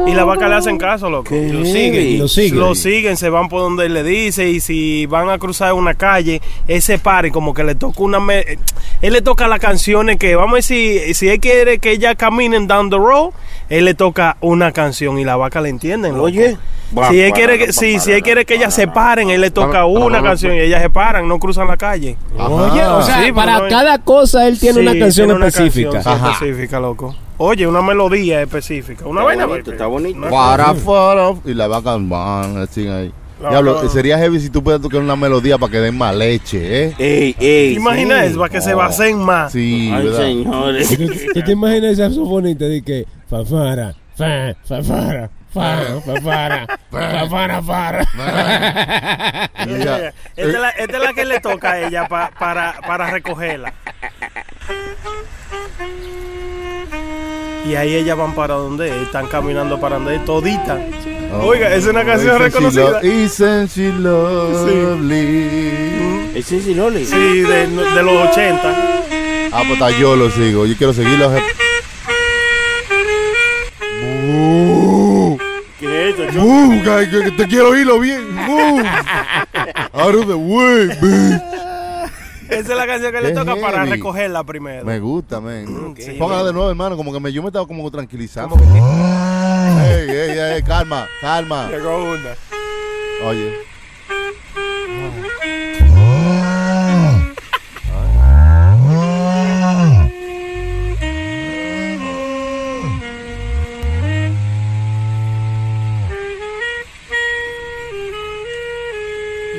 Speaker 2: y la vaca le hacen caso, loco.
Speaker 5: ¿Qué?
Speaker 2: Y Lo siguen,
Speaker 6: Y lo siguen.
Speaker 2: Lo siguen, se van por donde él le dice y si van a cruzar una calle, ese pare como que le toca una... me- eh, él le toca las canciones que, vamos a decir, si él quiere que ella caminen down the road, él le toca una canción y la vaca le entienden. loco.
Speaker 5: Oye.
Speaker 2: Si él quiere que, sí, si él quiere que ellas se paren, él le toca una canción y ellas se paran, no cruzan la calle.
Speaker 4: Ajá.
Speaker 6: Oye, o sea,
Speaker 2: Sí,
Speaker 6: para
Speaker 2: pero no-
Speaker 6: cada cosa él tiene
Speaker 2: Sí,
Speaker 6: una canción
Speaker 2: tiene una
Speaker 6: específica.
Speaker 2: canción, sí, específica, loco. Oye, una melodía específica. Una
Speaker 5: Está
Speaker 2: vaina. pues.
Speaker 5: bonito,
Speaker 2: baby.
Speaker 5: está bonito.
Speaker 2: Una-
Speaker 4: Para, para, y la vaca van así ahí.
Speaker 2: La
Speaker 4: Diablo,
Speaker 2: vaca-
Speaker 4: sería heavy si tú puedes tocar una melodía para que den más leche, ¿eh?
Speaker 5: Ey, ey.
Speaker 2: Imagina
Speaker 5: sí.
Speaker 2: eso, para que se
Speaker 4: No.
Speaker 2: basen más.
Speaker 4: Sí,
Speaker 5: Ay,
Speaker 4: ¿verdad?
Speaker 5: señores.
Speaker 6: [LAUGHS] ¿Tú, tú te imaginas esa saxofonista de que fafara, fa, fafara, fa, fafara, fafara,
Speaker 2: Ya, ya, ya. [LAUGHS]
Speaker 6: fara?
Speaker 2: Esta, es la, esta es la que le toca a ella pa- para, para recogerla. Y ahí ellas van para donde él, están caminando para donde él, todita.
Speaker 4: Oh.
Speaker 2: Oiga, es una canción
Speaker 4: Isn't she
Speaker 2: reconocida.
Speaker 4: eh, lo- Isn't she lovely?
Speaker 5: Ese es el ole.
Speaker 2: Sí, de, de los 80.
Speaker 4: Ah, pues está, yo lo sigo. Yo quiero seguirlo. eh. ¡Bú!
Speaker 5: ¿Qué es eso?
Speaker 4: ¡Bú! que- que- que Te quiero oírlo bien. ¡Bú! Out of the way, bitch.
Speaker 2: Esa es la canción que
Speaker 4: Qué
Speaker 2: le toca para
Speaker 4: heavy.
Speaker 2: recogerla primero.
Speaker 4: Me gusta,
Speaker 5: Mm,
Speaker 4: man.
Speaker 2: Sí.
Speaker 4: Póngala de nuevo, hermano. Como que me, yo me estaba como tranquilizando. ¡Ey, ey, ey! Calma, calma.
Speaker 2: Llegó una.
Speaker 4: Oye.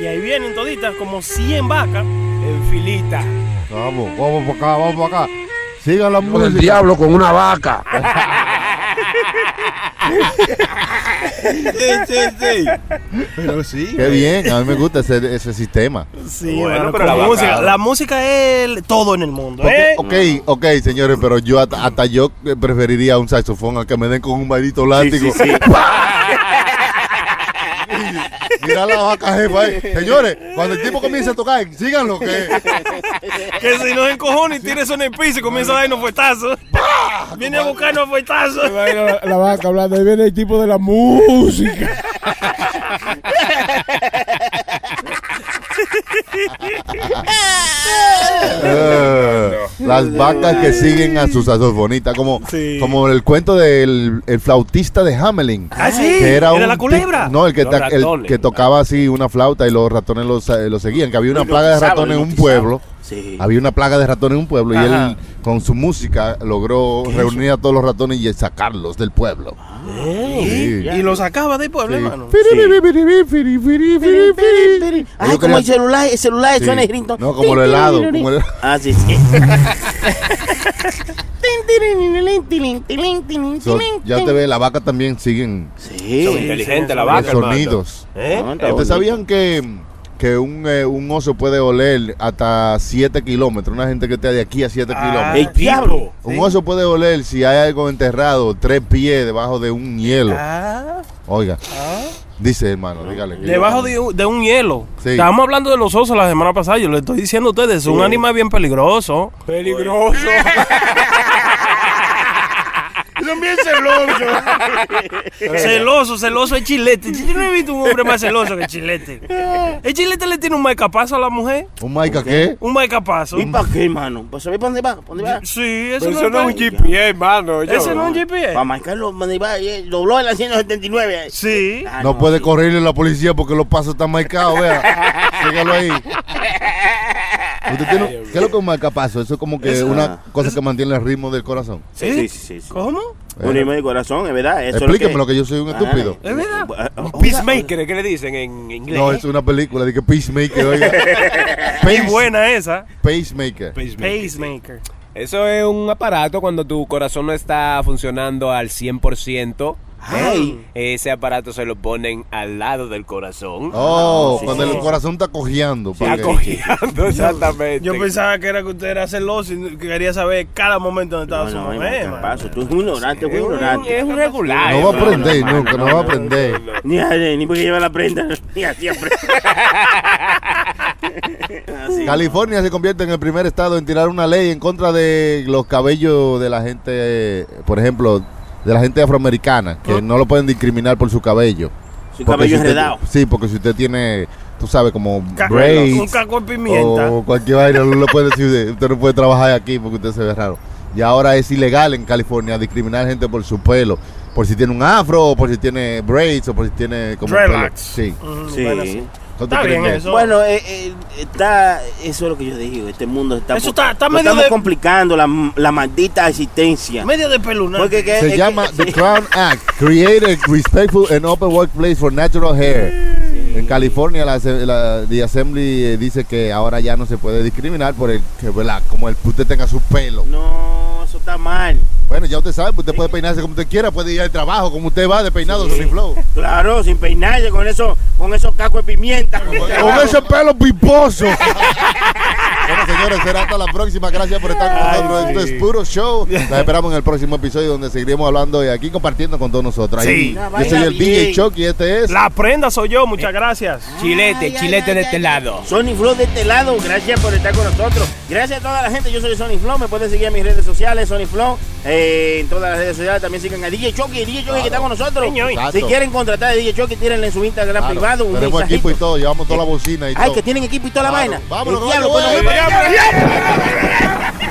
Speaker 2: Y ahí vienen toditas como 100 vacas.
Speaker 6: En filita.
Speaker 4: Vamos, vamos por acá, vamos por acá. Sigan la
Speaker 10: Hijo del
Speaker 4: música.
Speaker 10: diablo con una vaca.
Speaker 5: Sí, sí, sí.
Speaker 11: Pero sí.
Speaker 4: Qué bien, a mí me gusta ese, ese sistema.
Speaker 2: Sí,
Speaker 3: Bueno,
Speaker 2: mano,
Speaker 3: pero
Speaker 2: con
Speaker 3: la
Speaker 2: música.
Speaker 3: bacala.
Speaker 2: La música es el- todo en el mundo, ¿eh?
Speaker 4: Ok, ok, señores, pero yo hasta, hasta yo eh, preferiría un saxofón al que me den con un maldito látigo. [LAUGHS]
Speaker 5: sí, sí.
Speaker 4: Mira la vaca jefa ahí. Señores, cuando el tipo comienza a tocar, síganlo que
Speaker 2: Que si nos encojona y tira eso en el piso y comienza a darnos fuetazos. Viene a buscarnos fuetazos.
Speaker 11: La, la vaca hablando, ahí viene el tipo de la música.
Speaker 4: Eh, las vacas que siguen a sus saxofonistas, como,
Speaker 2: Sí.
Speaker 4: como el cuento del el flautista de Hamelin.
Speaker 2: Ah, sí,
Speaker 4: que era,
Speaker 2: era
Speaker 4: un
Speaker 2: la
Speaker 4: tic-
Speaker 2: culebra.
Speaker 4: No, el que,
Speaker 3: Los
Speaker 4: ta- el
Speaker 3: ratones.
Speaker 4: que tocaba así una flauta y los ratones los, eh, los seguían. Que había una
Speaker 5: Los
Speaker 4: plaga de
Speaker 5: notizaban,
Speaker 4: ratones en
Speaker 5: los
Speaker 4: un pueblo.
Speaker 5: Sí.
Speaker 4: Había una plaga de ratones en un pueblo y
Speaker 2: Ajá.
Speaker 4: él con su música logró reunir a todos los ratones y sacarlos del pueblo.
Speaker 5: Ah,
Speaker 4: Sí.
Speaker 2: Y lo sacaba del pueblo,
Speaker 4: Sí.
Speaker 2: hermano.
Speaker 4: Firibiribiri, firibiri, firibiri.
Speaker 5: Ay,
Speaker 4: Yo
Speaker 5: como el
Speaker 4: quería-
Speaker 5: celular, el celular
Speaker 4: Sí.
Speaker 5: suena el ringtone.
Speaker 4: No, como el
Speaker 5: Tin,
Speaker 4: helado,
Speaker 5: tin, tin,
Speaker 4: como el-
Speaker 5: Ah, sí, sí.
Speaker 4: So, ya te ve, la vaca también siguen
Speaker 3: Son
Speaker 5: Sí.
Speaker 3: inteligentes la
Speaker 2: sí,
Speaker 3: vaca, hermano.
Speaker 4: sonidos.
Speaker 3: ¿Eh?
Speaker 5: No, está bonito.
Speaker 4: ¿Ustedes sabían que, que un, eh, un oso puede oler hasta 7 kilómetros? Una gente que está de aquí a 7 kilómetros.
Speaker 5: El diablo.
Speaker 4: Un oso puede oler si hay algo enterrado tres pies debajo de un hielo.
Speaker 2: Ah,
Speaker 4: Oiga, dice hermano, dígale. que-
Speaker 2: debajo de, un- de un hielo.
Speaker 4: Sí.
Speaker 2: Estábamos hablando de los osos la semana pasada. Yo le estoy diciendo a ustedes, es un animal bien peligroso.
Speaker 11: Peligroso.
Speaker 1: Son bien celosos.
Speaker 2: Celoso, celoso es chilete. Yo no he visto un hombre más celoso que chilete. El chilete le tiene un marcapaso a la mujer.
Speaker 4: ¿Un maica qué?
Speaker 2: Un marcapaso.
Speaker 5: ¿Y para qué, hermano? ¿Para saber para dónde va? ¿Para dónde va?
Speaker 2: Sí, eso
Speaker 11: Pero eso
Speaker 2: no,
Speaker 11: no es un
Speaker 2: GPS.
Speaker 11: GPS, hermano. yo.
Speaker 2: Ese no es un GPS.
Speaker 5: Para marcarlo, ¿para dónde va? Eh, Dobló en la 179. eh.
Speaker 2: Sí.
Speaker 5: Ah,
Speaker 4: No puede
Speaker 5: sí.
Speaker 4: correrle a la policía porque los pasos están marcados,
Speaker 5: [LAUGHS]
Speaker 4: vea. Sígalo ahí. Usted tiene- ¿Qué es lo que es un marcapaso? Eso es como que
Speaker 5: Eso.
Speaker 4: una cosa que mantiene el ritmo del corazón.
Speaker 5: Sí, sí, sí. sí, sí.
Speaker 2: ¿Cómo?
Speaker 5: Un ritmo de corazón, es verdad. Eso es
Speaker 4: Explíqueme lo que Ah, yo soy un estúpido.
Speaker 2: Es verdad.
Speaker 5: Ah, ah,
Speaker 3: Peacemaker, ¿qué le dicen en inglés?
Speaker 4: No, es una película de que Peacemaker, [LAUGHS] oiga.
Speaker 2: Qué
Speaker 4: Pace-
Speaker 2: buena esa.
Speaker 4: Pacemaker.
Speaker 2: Pacemaker.
Speaker 6: Eso es un aparato cuando tu corazón no está funcionando al 100%.
Speaker 5: Ay.
Speaker 6: Ese aparato se lo ponen al lado del corazón.
Speaker 4: Oh,
Speaker 5: sí,
Speaker 4: cuando
Speaker 5: sí,
Speaker 4: el
Speaker 5: sí.
Speaker 4: corazón está cojeando.
Speaker 6: Está
Speaker 4: porque-
Speaker 6: cojeando, exactamente.
Speaker 2: Yo pensaba que era que usted era celoso y que quería saber cada momento donde
Speaker 5: No,
Speaker 2: estaba su
Speaker 5: no,
Speaker 2: mujer.
Speaker 5: es
Speaker 2: mano.
Speaker 5: marcapaso. Tú eres un ignorante,
Speaker 6: es
Speaker 5: un
Speaker 6: un,
Speaker 2: eh.
Speaker 5: ignorante.
Speaker 6: es un regular.
Speaker 4: no va a
Speaker 6: hermano.
Speaker 4: aprender nunca, no va a aprender.
Speaker 5: Ni, ni, ni porque lleva la prenda, ni
Speaker 2: [LAUGHS]
Speaker 5: así aprende. Así.
Speaker 4: California se convierte en el primer estado en tirar una ley en contra de los cabellos de la gente, por ejemplo, de la gente afroamericana, que no lo pueden discriminar por Ah. su cabello.
Speaker 5: Su
Speaker 4: Porque
Speaker 5: cabello
Speaker 4: si usted-
Speaker 5: enredado.
Speaker 4: Sí, porque si usted tiene, tú sabes, como
Speaker 2: Ca- Un
Speaker 4: braids
Speaker 2: caco de pimienta.
Speaker 4: o cualquier vaina, no lo puede decir, de- usted no puede trabajar aquí porque usted se ve raro. Y ahora es ilegal en California discriminar gente por su pelo, por si tiene un afro, o por si tiene braids, o por si tiene como pelo.
Speaker 2: Dreadlocks. Mm.
Speaker 4: Sí.
Speaker 2: Ujú,
Speaker 5: Sí.
Speaker 2: bueno, sí.
Speaker 4: ¿No te
Speaker 2: Está
Speaker 4: crees
Speaker 2: bien
Speaker 4: que-
Speaker 2: eso.
Speaker 5: Bueno, eh, eh, está, eso es lo que yo digo, este mundo está,
Speaker 2: Eso está- está
Speaker 5: lo
Speaker 2: medio
Speaker 5: estamos
Speaker 2: de-
Speaker 5: complicando la, la maldita existencia.
Speaker 2: Medio de peluna.
Speaker 5: Porque que- es
Speaker 4: Se
Speaker 5: que-
Speaker 4: llama The Crown Act, Create a Respectful and Open Workplace for Natural Hair. En California, la, ase- la- the Assembly eh, dice que ahora ya no se puede discriminar por el que, ¿verdad? Como el que usted tenga su pelo.
Speaker 5: No, eso está mal.
Speaker 4: Bueno, ya usted sabe, usted puede peinarse como usted quiera, puede ir al trabajo como usted va, de peinado,
Speaker 5: Sí.
Speaker 4: sin flow.
Speaker 5: Claro, sin peinarse, con eso, con esos cacos de pimienta.
Speaker 4: Con ese pelo piposo. Bueno, señores, será hasta la próxima. Gracias por estar con nosotros. Esto es puro show. Nos esperamos en el próximo episodio donde seguiremos hablando y aquí compartiendo con todos nosotros. Ahí,
Speaker 2: Sí.
Speaker 4: Yo soy el DJ Chuck y este es.
Speaker 2: La prenda soy yo,
Speaker 5: Eh,
Speaker 2: muchas gracias.
Speaker 6: Chilete, chilete de este lado.
Speaker 5: Sony Flow de este lado, gracias por estar con nosotros. Gracias a toda la gente, yo soy Sony Flow, me pueden seguir en mis redes sociales, Sony Flow, eh, en todas las redes sociales también sigan a DJ Chucky, el DJ Chucky que está con nosotros.
Speaker 2: Señor.
Speaker 4: Exacto.
Speaker 5: Si quieren contratar a DJ Chucky, tírenle en su Instagram
Speaker 4: Claro,
Speaker 5: privado un
Speaker 4: Tenemos
Speaker 5: mensajito.
Speaker 4: equipo y todo, llevamos toda la bocina y
Speaker 5: Ay,
Speaker 4: todo.
Speaker 5: que tienen equipo y toda la
Speaker 4: Claro.
Speaker 5: vaina. pues,
Speaker 4: Vámonos,
Speaker 5: El diablo,
Speaker 4: vámonos,
Speaker 5: pues, nos vemos.
Speaker 4: vámonos.